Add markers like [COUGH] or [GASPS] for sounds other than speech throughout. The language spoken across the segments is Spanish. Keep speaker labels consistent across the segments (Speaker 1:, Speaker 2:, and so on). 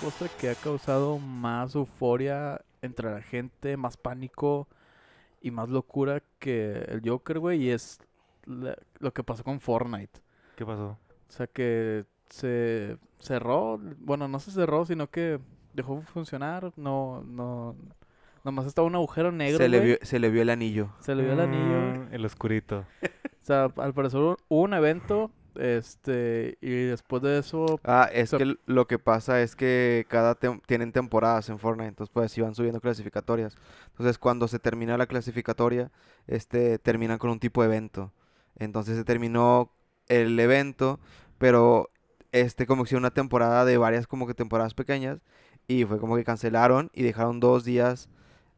Speaker 1: cosa que ha causado más euforia entre la gente, más pánico y más locura que el Joker, güey, y es la- lo que pasó con Fortnite.
Speaker 2: ¿Qué pasó?
Speaker 1: O sea, que se cerró, bueno, no se cerró, sino que dejó de funcionar, no, no, nomás estaba un agujero negro,
Speaker 3: se, le
Speaker 1: güey.
Speaker 3: vio, se le vio el anillo.
Speaker 1: Se le vio el anillo, güey.
Speaker 2: Mm, el oscurito.
Speaker 1: O sea, al parecer hubo hubo un evento, este, y después de eso,
Speaker 3: Ah, es
Speaker 1: So-
Speaker 3: que l- lo que pasa es que cada tem- tienen temporadas en Fortnite, entonces pues así van subiendo clasificatorias. Entonces cuando se termina la clasificatoria, este terminan con un tipo de evento. Entonces se terminó el evento, pero este como que hicieron una temporada de varias como que temporadas pequeñas y fue como que cancelaron y dejaron dos días.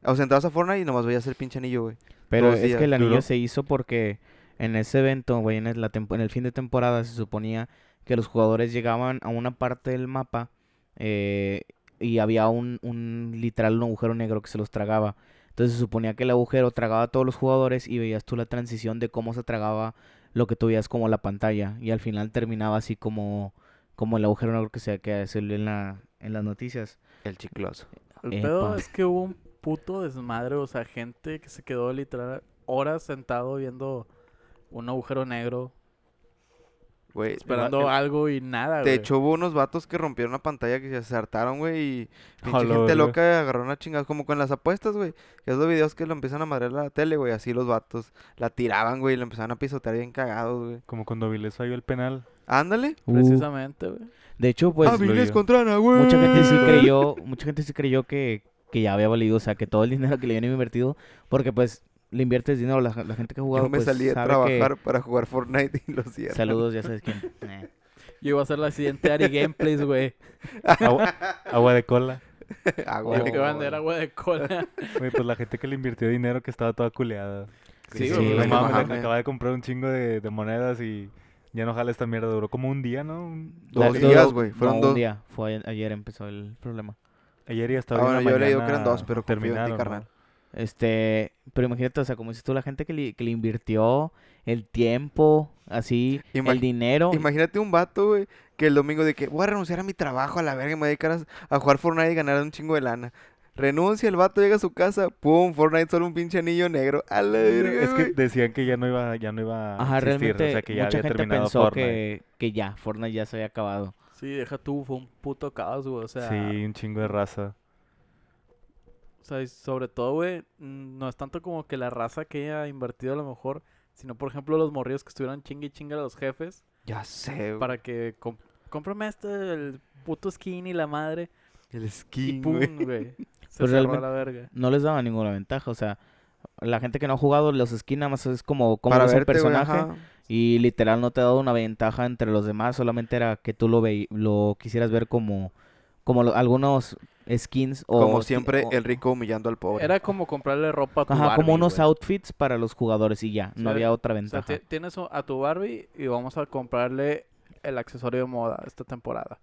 Speaker 3: O sea, entrabas a Fortnite y nomás veías el pinche anillo, güey.
Speaker 4: Pero
Speaker 3: Dos
Speaker 4: es
Speaker 3: días,
Speaker 4: que el anillo
Speaker 2: duró.
Speaker 4: se hizo porque en ese evento, güey, en, el- la tempo- en el fin de temporada se suponía que los jugadores llegaban a una parte del mapa eh, y había un, un literal un agujero negro que se los tragaba. Entonces se suponía que el agujero tragaba a todos los jugadores y veías tú la transición de cómo se tragaba lo que tú veías como la pantalla. Y al final terminaba así como, como el agujero negro que se que se lee en, la, en las noticias.
Speaker 3: El chicloso.
Speaker 1: el
Speaker 4: Epa.
Speaker 1: pedo es que hubo un puto desmadre, o sea, gente que se quedó literal horas sentado viendo un agujero negro,
Speaker 3: Güey,
Speaker 1: esperando algo y nada,
Speaker 4: Ah,
Speaker 1: güey.
Speaker 3: em, De hecho, hubo unos vatos que rompieron la pantalla que se hartaron, güey. Y pinche
Speaker 2: A la
Speaker 3: gente
Speaker 2: verga.
Speaker 3: loca agarró una chingada. Como con las apuestas, güey. Que es los videos que lo empiezan a madrear la tele, güey. Así los vatos la tiraban, güey. Y la empezaban a pisotear bien cagados, güey.
Speaker 2: Como cuando Viles falló el penal.
Speaker 3: Ándale.
Speaker 1: Precisamente, güey.
Speaker 4: Uh, de hecho, pues...
Speaker 3: ah,
Speaker 2: lo
Speaker 3: Viles
Speaker 2: yo.
Speaker 3: contra Ana, güey.
Speaker 4: mucha gente sí creyó, mucha gente sí creyó que, que ya había valido, o sea, que todo el dinero que le habían invertido, porque pues le inviertes dinero, la, la gente que ha jugado
Speaker 3: Yo me
Speaker 4: pues,
Speaker 3: salí de
Speaker 4: sabe
Speaker 3: trabajar para jugar Fortnite y lo
Speaker 4: que...
Speaker 3: cierran.
Speaker 4: Saludos, ya sabes quién. Eh.
Speaker 1: Yo iba a ser la siguiente Ari Gameplays,
Speaker 3: [LAUGHS]
Speaker 1: güey.
Speaker 2: Agua, agua de cola.
Speaker 3: [LAUGHS] Ah, güey,
Speaker 1: Yo
Speaker 3: qué
Speaker 1: que bandera,
Speaker 3: cabrón.
Speaker 1: güey, de cola. [LAUGHS]
Speaker 2: Güey, pues la gente que le invirtió dinero que estaba toda culeada.
Speaker 1: Sí,
Speaker 4: Sí,
Speaker 1: güey.
Speaker 4: sí,
Speaker 2: no
Speaker 1: pues,
Speaker 4: no
Speaker 2: mames,
Speaker 3: mames.
Speaker 2: acaba de comprar un chingo de, de monedas y ya no jala esta mierda. Duró como un día, ¿no? Un-
Speaker 3: Dos
Speaker 4: La-
Speaker 3: días, güey. Fueron
Speaker 4: no,
Speaker 3: dos.
Speaker 4: Un día, fue ayer, ayer empezó el problema.
Speaker 2: Ayer y hasta
Speaker 3: Ah,
Speaker 2: hoy. en
Speaker 3: bueno,
Speaker 2: la
Speaker 3: yo le digo que eran
Speaker 2: mañana
Speaker 3: dos, pero confío en ti,
Speaker 2: terminaron, ¿no?
Speaker 3: carnal.
Speaker 4: Este, pero imagínate, o sea, como dices tú, la gente que le, que le invirtió el tiempo, así,
Speaker 3: Imag-
Speaker 4: el dinero.
Speaker 3: Imagínate un vato, güey, que el domingo de que voy a renunciar a mi trabajo a la verga y me voy a dedicar a, a jugar Fortnite y ganar un chingo de lana. Renuncia, el vato llega a su casa, pum, Fortnite solo un pinche anillo negro. A la verga,
Speaker 2: Es que
Speaker 3: güey.
Speaker 2: decían que ya no iba, ya no iba a
Speaker 4: Ajá,
Speaker 2: existir,
Speaker 4: realmente
Speaker 2: o sea, que ya
Speaker 4: mucha
Speaker 2: había
Speaker 4: gente
Speaker 2: terminado
Speaker 4: pensó
Speaker 2: Fortnite.
Speaker 4: que, que ya, Fortnite ya se había acabado.
Speaker 1: Sí, deja tú, fue un puto caos, güey. O sea,
Speaker 2: Sí, un chingo de raza.
Speaker 1: o sea, y sobre todo, güey, mm, no es tanto como que la raza que haya invertido a lo mejor, sino, por ejemplo, los morridos que estuvieron chingue y chingue a los jefes
Speaker 3: Ya sé, güey.
Speaker 1: para que com- cómprame este, el puto skin y la madre.
Speaker 3: El
Speaker 1: Y
Speaker 3: skin,
Speaker 1: pum,
Speaker 3: güey.
Speaker 1: güey. Se
Speaker 4: Pero
Speaker 1: cerró a
Speaker 4: realmente-
Speaker 1: la verga.
Speaker 4: No les daba ninguna ventaja, o sea, la gente que no ha jugado los skins nada más es como, como
Speaker 3: Para
Speaker 4: es el
Speaker 3: verte, güey,
Speaker 4: personaje.
Speaker 3: ajá.
Speaker 4: Y literal no te ha dado una ventaja entre los demás, solamente era que tú lo veí- lo quisieras ver como, como lo- algunos skins o
Speaker 3: Como
Speaker 4: ti-
Speaker 3: siempre,
Speaker 4: o-
Speaker 2: [LAUGHS]
Speaker 3: el rico humillando al pobre.
Speaker 1: Era como comprarle ropa a tu
Speaker 4: ajá, como
Speaker 1: Barbie,
Speaker 4: unos
Speaker 1: güey.
Speaker 4: outfits para los jugadores y ya,
Speaker 1: O
Speaker 4: no
Speaker 1: sea,
Speaker 4: había otra
Speaker 1: O sea,
Speaker 4: ventaja.
Speaker 1: ti- tienes o- a tu Barbie y vamos a comprarle el accesorio de moda esta temporada.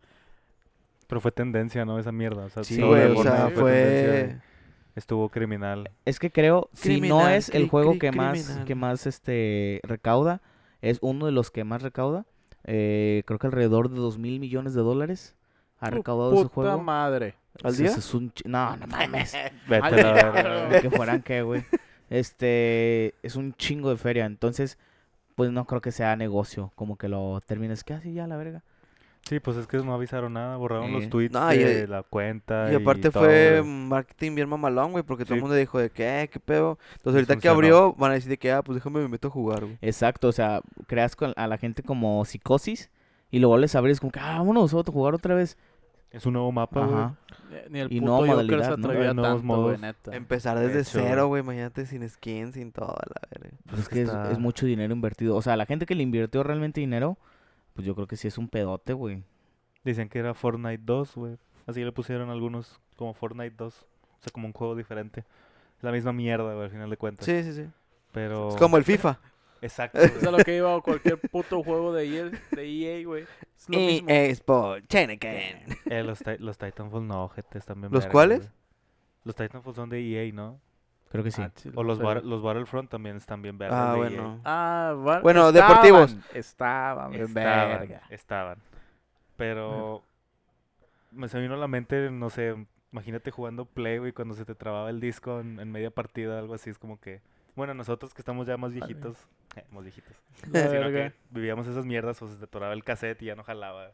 Speaker 2: Pero fue tendencia, ¿no? Esa mierda. O sea,
Speaker 3: Sí,
Speaker 2: todo
Speaker 1: güey,
Speaker 3: güey,
Speaker 2: de
Speaker 3: o sea,
Speaker 2: Fortnite tendencia
Speaker 3: fue...
Speaker 2: y Estuvo criminal.
Speaker 4: Es que creo, si no
Speaker 3: Criminal,
Speaker 4: es el
Speaker 3: cri-
Speaker 4: juego
Speaker 3: cri-
Speaker 4: que más,
Speaker 3: criminal.
Speaker 4: que más este recauda, es uno de los que más recauda. eh, creo que alrededor de 2 mil millones de dólares ha
Speaker 1: Tu
Speaker 4: recaudado
Speaker 1: puta
Speaker 4: ese juego.
Speaker 1: madre.
Speaker 3: ¿Al
Speaker 4: Sí,
Speaker 3: día?
Speaker 4: eso es un ch- No, no mames.
Speaker 2: Vete a
Speaker 1: Al
Speaker 2: la
Speaker 1: diablo.
Speaker 2: verga.
Speaker 4: que fueran que, güey. Este, es un chingo de feria, entonces, pues no creo que sea negocio, como que lo termines que así ya la verga.
Speaker 2: Sí, pues es que no avisaron nada, borraron
Speaker 4: Eh,
Speaker 2: los tweets
Speaker 3: no, y-
Speaker 2: de la cuenta.
Speaker 3: Y aparte
Speaker 2: todo,
Speaker 3: fue
Speaker 2: güey.
Speaker 3: marketing bien mamalón, güey, porque todo el
Speaker 2: Sí.
Speaker 3: mundo dijo de que, "Eh, qué pedo.
Speaker 2: Y
Speaker 3: Entonces ahorita que
Speaker 2: funcionó.
Speaker 3: abrió, van a decir de que, ah, pues déjame me meto a jugar, güey.
Speaker 4: Exacto, o sea, creas con- a la gente como psicosis y luego les abres como que, ah, vámonos, otro jugar otra vez.
Speaker 2: Es un nuevo mapa, güey.
Speaker 4: Ajá.
Speaker 1: Ni- Ni el
Speaker 4: Y
Speaker 1: puto
Speaker 4: no
Speaker 1: Joker se
Speaker 4: modalidad, ¿no?
Speaker 1: atrevió
Speaker 2: Hay
Speaker 1: a
Speaker 2: nuevos
Speaker 1: tanto, güey,
Speaker 2: modos.
Speaker 1: neta.
Speaker 3: Empezar desde
Speaker 2: hecho, güey.
Speaker 3: cero, güey, imagínate sin skin, sin todo, a la verga.
Speaker 4: Pues es
Speaker 2: que
Speaker 4: que es,
Speaker 2: está-
Speaker 4: es mucho dinero invertido. O sea, la gente que le invirtió realmente dinero, pues yo creo que sí es un pedote, güey.
Speaker 2: Dicen que era Fortnite 2, güey. Así le pusieron algunos como Fortnite 2. O sea, como un juego diferente. Es la misma mierda, güey, al final de cuentas.
Speaker 3: Sí, sí, sí.
Speaker 2: Pero...
Speaker 3: Es como el [LAUGHS] FIFA.
Speaker 2: Exacto,
Speaker 1: Eso [LAUGHS] es a
Speaker 2: güey.
Speaker 1: lo que iba a cualquier puto juego de EA, de EA, güey. Es lo mismo.
Speaker 3: EA Sport, Cheneken.
Speaker 2: Eh, los, Ti- los Titanfall no, gente, están bien
Speaker 3: ¿Los
Speaker 2: vergas,
Speaker 3: cuáles?
Speaker 2: güey. Los Titanfall son de EA, ¿no?
Speaker 4: Creo que sí.
Speaker 1: Ah, chile,
Speaker 2: O los,
Speaker 1: pero-
Speaker 2: Bar- los Battlefront también están bien verdes
Speaker 3: Ah,
Speaker 2: de E EA.
Speaker 3: bueno.
Speaker 1: Ah, bar-
Speaker 3: Bueno,
Speaker 1: estaban,
Speaker 3: deportivos.
Speaker 1: Estaban, bien
Speaker 2: Estaban,
Speaker 1: verga.
Speaker 2: estaban. Pero me se vino a la mente, no sé, imagínate jugando Play, güey, cuando se te trababa el disco en, en media partida, algo así, es como que... Bueno, nosotros que estamos ya más
Speaker 1: Vale.
Speaker 2: viejitos, eh, más viejitos,
Speaker 1: La
Speaker 2: sino que
Speaker 1: verga.
Speaker 2: vivíamos esas mierdas o se te atoraba el cassette y ya no jalaba.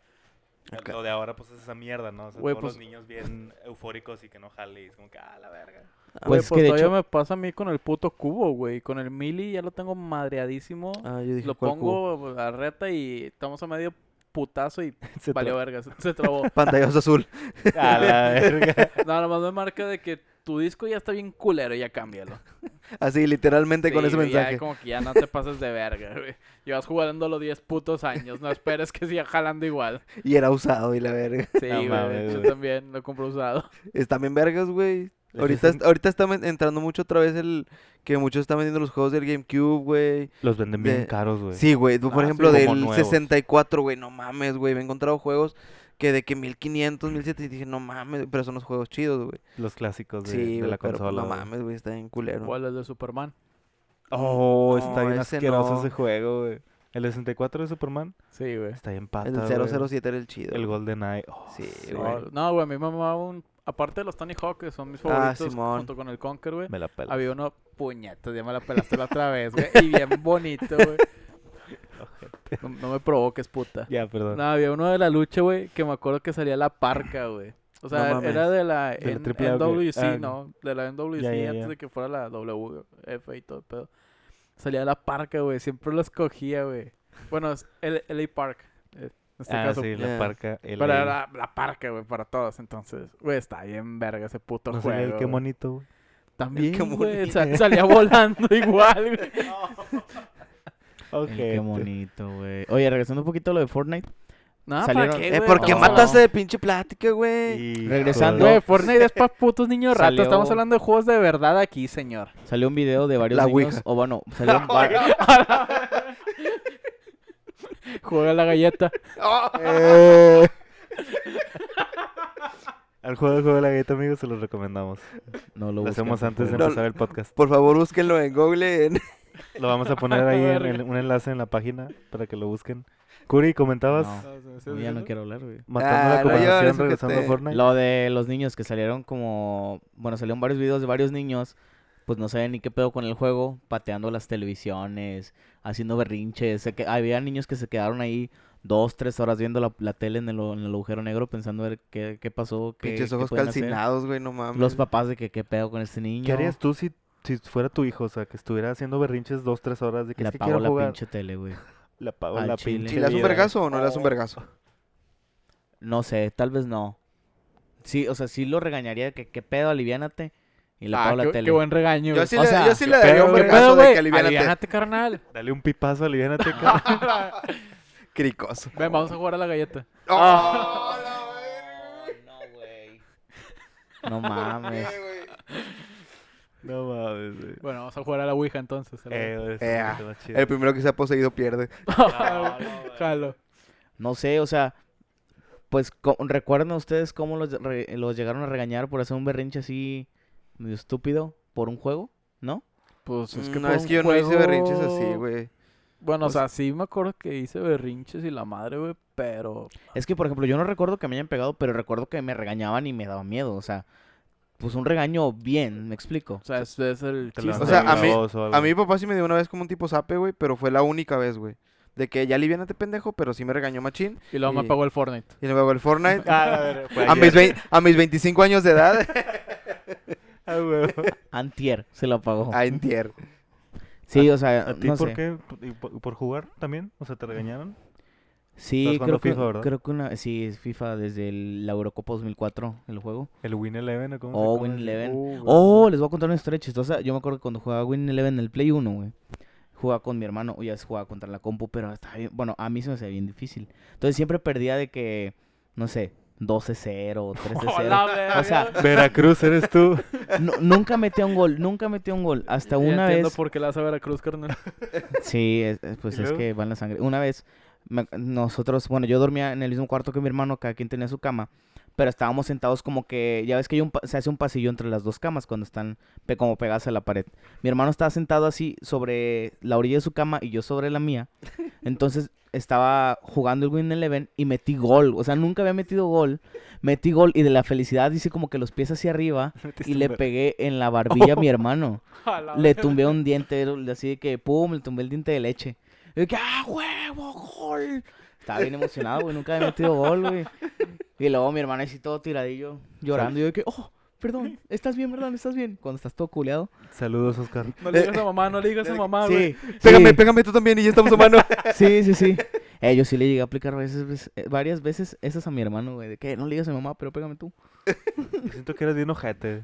Speaker 3: Ok.
Speaker 2: Lo de ahora, pues, es esa mierda, ¿no? O sea,
Speaker 1: Güey,
Speaker 2: todos los
Speaker 1: pues-
Speaker 2: niños bien eufóricos y que no jale y es como que, ah, la
Speaker 3: [LAUGHS]
Speaker 2: verga.
Speaker 1: Ah,
Speaker 4: Pues
Speaker 1: güey,
Speaker 4: es que de
Speaker 1: todavía
Speaker 4: hecho-
Speaker 1: me pasa a mí con el puto cubo, güey. Con el mili ya lo tengo madreadísimo.
Speaker 3: Ah, yo dije,
Speaker 1: lo
Speaker 3: ¿cuál
Speaker 2: [LAUGHS]
Speaker 3: cubo?
Speaker 1: pongo a reta y estamos a medio putazo y
Speaker 2: Se
Speaker 1: valió verga. Se, se trabó. [LAUGHS]
Speaker 3: Pantallazo azul.
Speaker 2: tra- A
Speaker 3: [LAUGHS]
Speaker 2: la verga.
Speaker 1: Nada más me marca de que tu disco ya está bien culero, ya cámbialo.
Speaker 3: Así, literalmente con
Speaker 1: Sí,
Speaker 3: ese
Speaker 1: güey, ya
Speaker 3: mensaje.
Speaker 1: como que ya no te pases de verga, güey. Llevas jugando los 10 putos años. No esperes que siga jalando igual.
Speaker 3: Y era usado y la verga. [LAUGHS]
Speaker 1: Sí,
Speaker 2: No
Speaker 1: güey.
Speaker 2: mames,
Speaker 1: yo
Speaker 2: güey.
Speaker 1: también lo compro usado.
Speaker 3: Están bien vergas, güey.
Speaker 2: Eso
Speaker 3: Ahorita,
Speaker 2: es
Speaker 3: est- ahorita está men- entrando mucho otra vez el... Que muchos están vendiendo los juegos del GameCube, güey.
Speaker 2: Los venden
Speaker 3: bien
Speaker 2: bien
Speaker 3: De-
Speaker 2: caros, güey.
Speaker 3: Sí, güey. tú,
Speaker 2: Ah,
Speaker 3: Por
Speaker 2: sí,
Speaker 3: ejemplo,
Speaker 2: como
Speaker 3: del
Speaker 2: nuevos.
Speaker 3: 64, güey. No mames, güey. Me he encontrado juegos que de que 1500, 1700. Dije, no mames. Pero son los juegos chidos, güey.
Speaker 2: Los clásicos de,
Speaker 3: Sí,
Speaker 2: de
Speaker 3: güey,
Speaker 2: la
Speaker 3: pero pues,
Speaker 2: consola.
Speaker 3: no
Speaker 2: güey.
Speaker 3: mames, güey. Está bien culero.
Speaker 1: ¿Cuál es de Superman?
Speaker 2: Oh, está
Speaker 3: No,
Speaker 2: bien
Speaker 3: ese
Speaker 2: asqueroso
Speaker 3: no.
Speaker 2: ese juego, güey. El 64 de Superman
Speaker 1: Sí, güey.
Speaker 2: Ah, está bien pata,
Speaker 3: El
Speaker 2: güey.
Speaker 3: 007 era el chido.
Speaker 2: El
Speaker 3: güey.
Speaker 2: Golden Eye. Oh,
Speaker 3: Sí,
Speaker 2: sí,
Speaker 3: güey.
Speaker 2: güey.
Speaker 1: No, güey, a mi mamá un... Aparte de los Tony Hawk, que son mis
Speaker 3: Ah,
Speaker 1: favoritos
Speaker 3: Simón.
Speaker 1: junto con el Conker, güey.
Speaker 2: Me la pela.
Speaker 1: Había uno, puñetas, ya me la pelaste la otra vez, güey. Y bien bonito, güey. No, no me provoques, puta.
Speaker 2: Ya, perdón.
Speaker 1: No, había uno de la lucha, güey, que me acuerdo que salía la parca, güey. O sea,
Speaker 3: No mames.
Speaker 1: era de la,
Speaker 2: ¿De la
Speaker 1: N-
Speaker 2: AAA o qué?
Speaker 1: NWC,
Speaker 2: Ah,
Speaker 1: ¿no? De la NWC
Speaker 2: Ya, ya,
Speaker 1: antes
Speaker 2: ya.
Speaker 1: de que fuera la WF y todo el pedo. Salía la parca, güey. Siempre los cogía, güey. Bueno, es L- LA Park. eh, En este
Speaker 2: ah,
Speaker 1: caso.
Speaker 2: sí, la
Speaker 3: ya.
Speaker 2: parca. El
Speaker 1: Pero era la, la parca, güey, para todos. Entonces, güey, está bien verga ese puto
Speaker 2: no sé,
Speaker 1: juego.
Speaker 2: qué
Speaker 1: güey.
Speaker 2: bonito, güey.
Speaker 1: También,
Speaker 3: qué
Speaker 1: güey.
Speaker 3: bonito.
Speaker 1: sal- salía volando [LAUGHS] igual, güey.
Speaker 2: Ok.
Speaker 4: El qué bonito, güey. Oye, regresando un poquito a lo de Fortnite.
Speaker 1: No,
Speaker 4: Salieron-
Speaker 1: ¿para qué,
Speaker 3: Eh,
Speaker 1: güey?
Speaker 3: ¿por qué
Speaker 1: Estamos
Speaker 3: mataste
Speaker 1: hablando-
Speaker 3: de pinche plática, güey?
Speaker 4: Regresando.
Speaker 1: Güey, Fortnite es para putos niños ratas.
Speaker 4: Salió-
Speaker 1: Estamos hablando de juegos de verdad aquí, señor.
Speaker 4: Salió un video de varios
Speaker 3: La
Speaker 4: niños.
Speaker 3: Ouija.
Speaker 4: O bueno, salió un va- [LAUGHS]
Speaker 1: Juega la galleta.
Speaker 2: Eh. Al juego del juego de la galleta, amigos, se los recomendamos.
Speaker 4: No lo
Speaker 2: Lo
Speaker 4: busquen,
Speaker 2: hacemos
Speaker 4: por
Speaker 2: antes de
Speaker 4: favor.
Speaker 2: empezar el podcast.
Speaker 3: Por favor, búsquenlo en Google. en-
Speaker 2: Lo vamos a
Speaker 1: [LAUGHS]
Speaker 2: poner ahí en
Speaker 1: Verga.
Speaker 2: el- un enlace en la página para que lo busquen. Curi, comentabas
Speaker 4: No. No, ya no quiero hablar, güey.
Speaker 2: matando
Speaker 3: Ah,
Speaker 2: la
Speaker 3: no llores,
Speaker 2: conversación regresando a
Speaker 3: ojete.
Speaker 2: Fortnite.
Speaker 4: Lo de los niños que salieron como... Bueno, salieron varios videos de varios niños. Pues no saben ni qué pedo con el juego. Pateando las televisiones. Haciendo berrinches. se que... Había niños que se quedaron ahí dos, tres horas viendo la, la tele en el, o- en el agujero negro. Pensando a ver qué, qué pasó. Qué,
Speaker 3: Pinches
Speaker 4: qué
Speaker 3: ojos
Speaker 4: pueden hacer.
Speaker 3: calcinados, güey, no mames.
Speaker 4: Los papás de que qué pedo con este niño.
Speaker 2: ¿Qué harías tú si, si fuera tu hijo? O sea, que estuviera haciendo berrinches dos, tres horas de que
Speaker 4: Le
Speaker 2: es que
Speaker 4: apagó
Speaker 2: quiero
Speaker 4: la
Speaker 2: jugar.
Speaker 4: pinche tele, güey.
Speaker 2: Le apagó
Speaker 4: al
Speaker 2: la
Speaker 4: chile.
Speaker 2: pinche
Speaker 3: ¿Y le das un
Speaker 2: vida.
Speaker 3: vergazo o no le das un
Speaker 2: Oh.
Speaker 3: vergazo?
Speaker 4: No sé, tal vez no. Sí, o sea, sí lo regañaría de que qué pedo, aliviánate. Y le
Speaker 1: Ah,
Speaker 4: apago la
Speaker 1: qué,
Speaker 4: tele.
Speaker 1: qué buen regaño.
Speaker 3: Yo
Speaker 1: güey.
Speaker 3: sí,
Speaker 4: o
Speaker 3: le,
Speaker 4: sea,
Speaker 3: yo sí le
Speaker 2: ¿qué
Speaker 3: daría
Speaker 2: pedo,
Speaker 3: un
Speaker 2: güey?
Speaker 1: ¿Qué
Speaker 3: vergazo
Speaker 1: pedo,
Speaker 3: de
Speaker 1: güey?
Speaker 3: que aliviánate.
Speaker 1: Aliviánate, carnal.
Speaker 2: Dale un pipazo, aliviánate, cabrón.
Speaker 3: Cricoso.
Speaker 1: Ven, vamos a jugar a la galleta.
Speaker 4: Ah.
Speaker 3: ¡Oh, la verga, güey!
Speaker 4: No, güey. No mames.
Speaker 3: Eh, güey.
Speaker 2: No mames, güey.
Speaker 1: Bueno, vamos a jugar a la Ouija entonces. a la [LAUGHS]
Speaker 2: Eh,
Speaker 1: verga.
Speaker 2: güey, eso
Speaker 3: Eh,
Speaker 2: es
Speaker 3: ah,
Speaker 2: mucho más chido.
Speaker 3: El primero que sea poseído pierde.
Speaker 1: Ah, Jalo.
Speaker 4: No sé, o sea, pues co- recuerden ustedes cómo los, re- los llegaron a regañar por hacer un berrinche así medio estúpido por un juego, ¿no?
Speaker 1: Pues es que,
Speaker 3: Mm, no,
Speaker 1: fue
Speaker 3: es
Speaker 1: un
Speaker 3: que yo no hice
Speaker 1: juego-
Speaker 3: berrinches así, güey. Pues
Speaker 1: Bueno, o
Speaker 3: O
Speaker 1: sea, sí me acuerdo que hice berrinches y la madre, güey, pero...
Speaker 4: Es que, por ejemplo, yo no recuerdo que me hayan pegado, pero recuerdo que me regañaban y me daba miedo, o sea, pues un regaño bien, me explico.
Speaker 1: O sea, ese es el
Speaker 2: Te levantas
Speaker 1: chiste.
Speaker 3: O sea,
Speaker 2: el
Speaker 3: a mí-
Speaker 2: voz o algo.
Speaker 3: A mi papá sí me dio una vez como un tipo sape, güey, pero fue la única vez, güey. De que ya aliviánate, pendejo, pero sí me regañó machín.
Speaker 1: Y luego me
Speaker 3: y-
Speaker 1: pagó el Fortnite.
Speaker 3: Y luego
Speaker 2: [LAUGHS]
Speaker 3: el Fortnite.
Speaker 2: Ah, a ver, fue
Speaker 3: A
Speaker 2: ayer.
Speaker 3: mis, vein- a mis 25 años de edad, [LAUGHS]
Speaker 2: Ah, güey.
Speaker 4: Antier se lo apagó.
Speaker 3: a entier.
Speaker 4: Sí, o sea,
Speaker 2: ¿A ti
Speaker 4: no
Speaker 2: por
Speaker 4: sé.
Speaker 2: qué? ¿Y por, por jugar también? O sea, ¿te regañaron?
Speaker 4: Sí,
Speaker 2: Estás jugando
Speaker 4: creo que,
Speaker 2: FIFA, ¿verdad?
Speaker 4: creo que una, sí, es FIFA desde el- la Eurocopa 2004, el juego.
Speaker 2: ¿El Win Eleven o cómo se
Speaker 4: Oh,
Speaker 2: llama
Speaker 4: Win
Speaker 2: ese?
Speaker 4: Eleven.
Speaker 1: Uh, güey.
Speaker 4: Oh, les voy a contar una historia chistosa. Yo me acuerdo que cuando jugaba Win Eleven en el Play 1, güey. Jugaba con mi hermano, o ya se jugaba contra la compu, pero estaba bien, bueno, a mí se me hacía bien difícil. Entonces siempre perdía de que, no sé, 12-0,
Speaker 2: [LAUGHS]
Speaker 4: 13-0.
Speaker 1: [LAUGHS] Hola,
Speaker 4: o sea,
Speaker 2: [LAUGHS] Veracruz, eres tú.
Speaker 4: nu- nunca metía un gol, nunca metía un gol. Hasta
Speaker 1: Ya
Speaker 4: una
Speaker 1: entiendo
Speaker 4: vez.
Speaker 1: por qué la hace Veracruz, [LAUGHS] carnal.
Speaker 4: Sí, es- es- pues
Speaker 2: ¿Y
Speaker 4: es
Speaker 2: luego?
Speaker 4: que va en la sangre. Una vez, me ac- nosotros, bueno, yo dormía en el mismo cuarto que mi hermano, cada quien tenía su cama, pero estábamos sentados como que, ya ves que hay un pa- se hace un pasillo entre las dos camas cuando están pe- como pegadas a la pared. Mi hermano estaba sentado así sobre la orilla de su cama y yo sobre la mía. Entonces estaba jugando el Win Eleven y metí gol. O sea, nunca había metido gol. Metí gol y de la felicidad hice como que los pies hacia arriba y le pegué
Speaker 1: [LAUGHS]
Speaker 4: en la barbilla a
Speaker 1: Oh.
Speaker 4: mi hermano. [LAUGHS] Le tumbé un diente, lo- así de que pum, le tumbé el diente de leche. Y de que, ¡ah, huevo, gol! Estaba bien emocionado, güey, nunca había metido gol, güey. Y luego mi hermano así todo tiradillo, llorando. Y yo de que, ¡oh, perdón! ¿Estás bien, verdad? ¿Estás bien? Cuando estás todo culeado.
Speaker 2: Saludos, Oscar.
Speaker 1: No le digas a mamá, no Eh, le digas a mamá, Ah, güey.
Speaker 4: Sí,
Speaker 3: Pégame,
Speaker 4: sí.
Speaker 3: pégame tú también y ya estamos a mano.
Speaker 4: Sí, sí, sí. Eh, yo sí le llegué a aplicar veces- veces- eh, varias veces esas a mi hermano, güey. De que no le digas a mi mamá, pero pégame tú.
Speaker 2: Siento que eres bien ojete.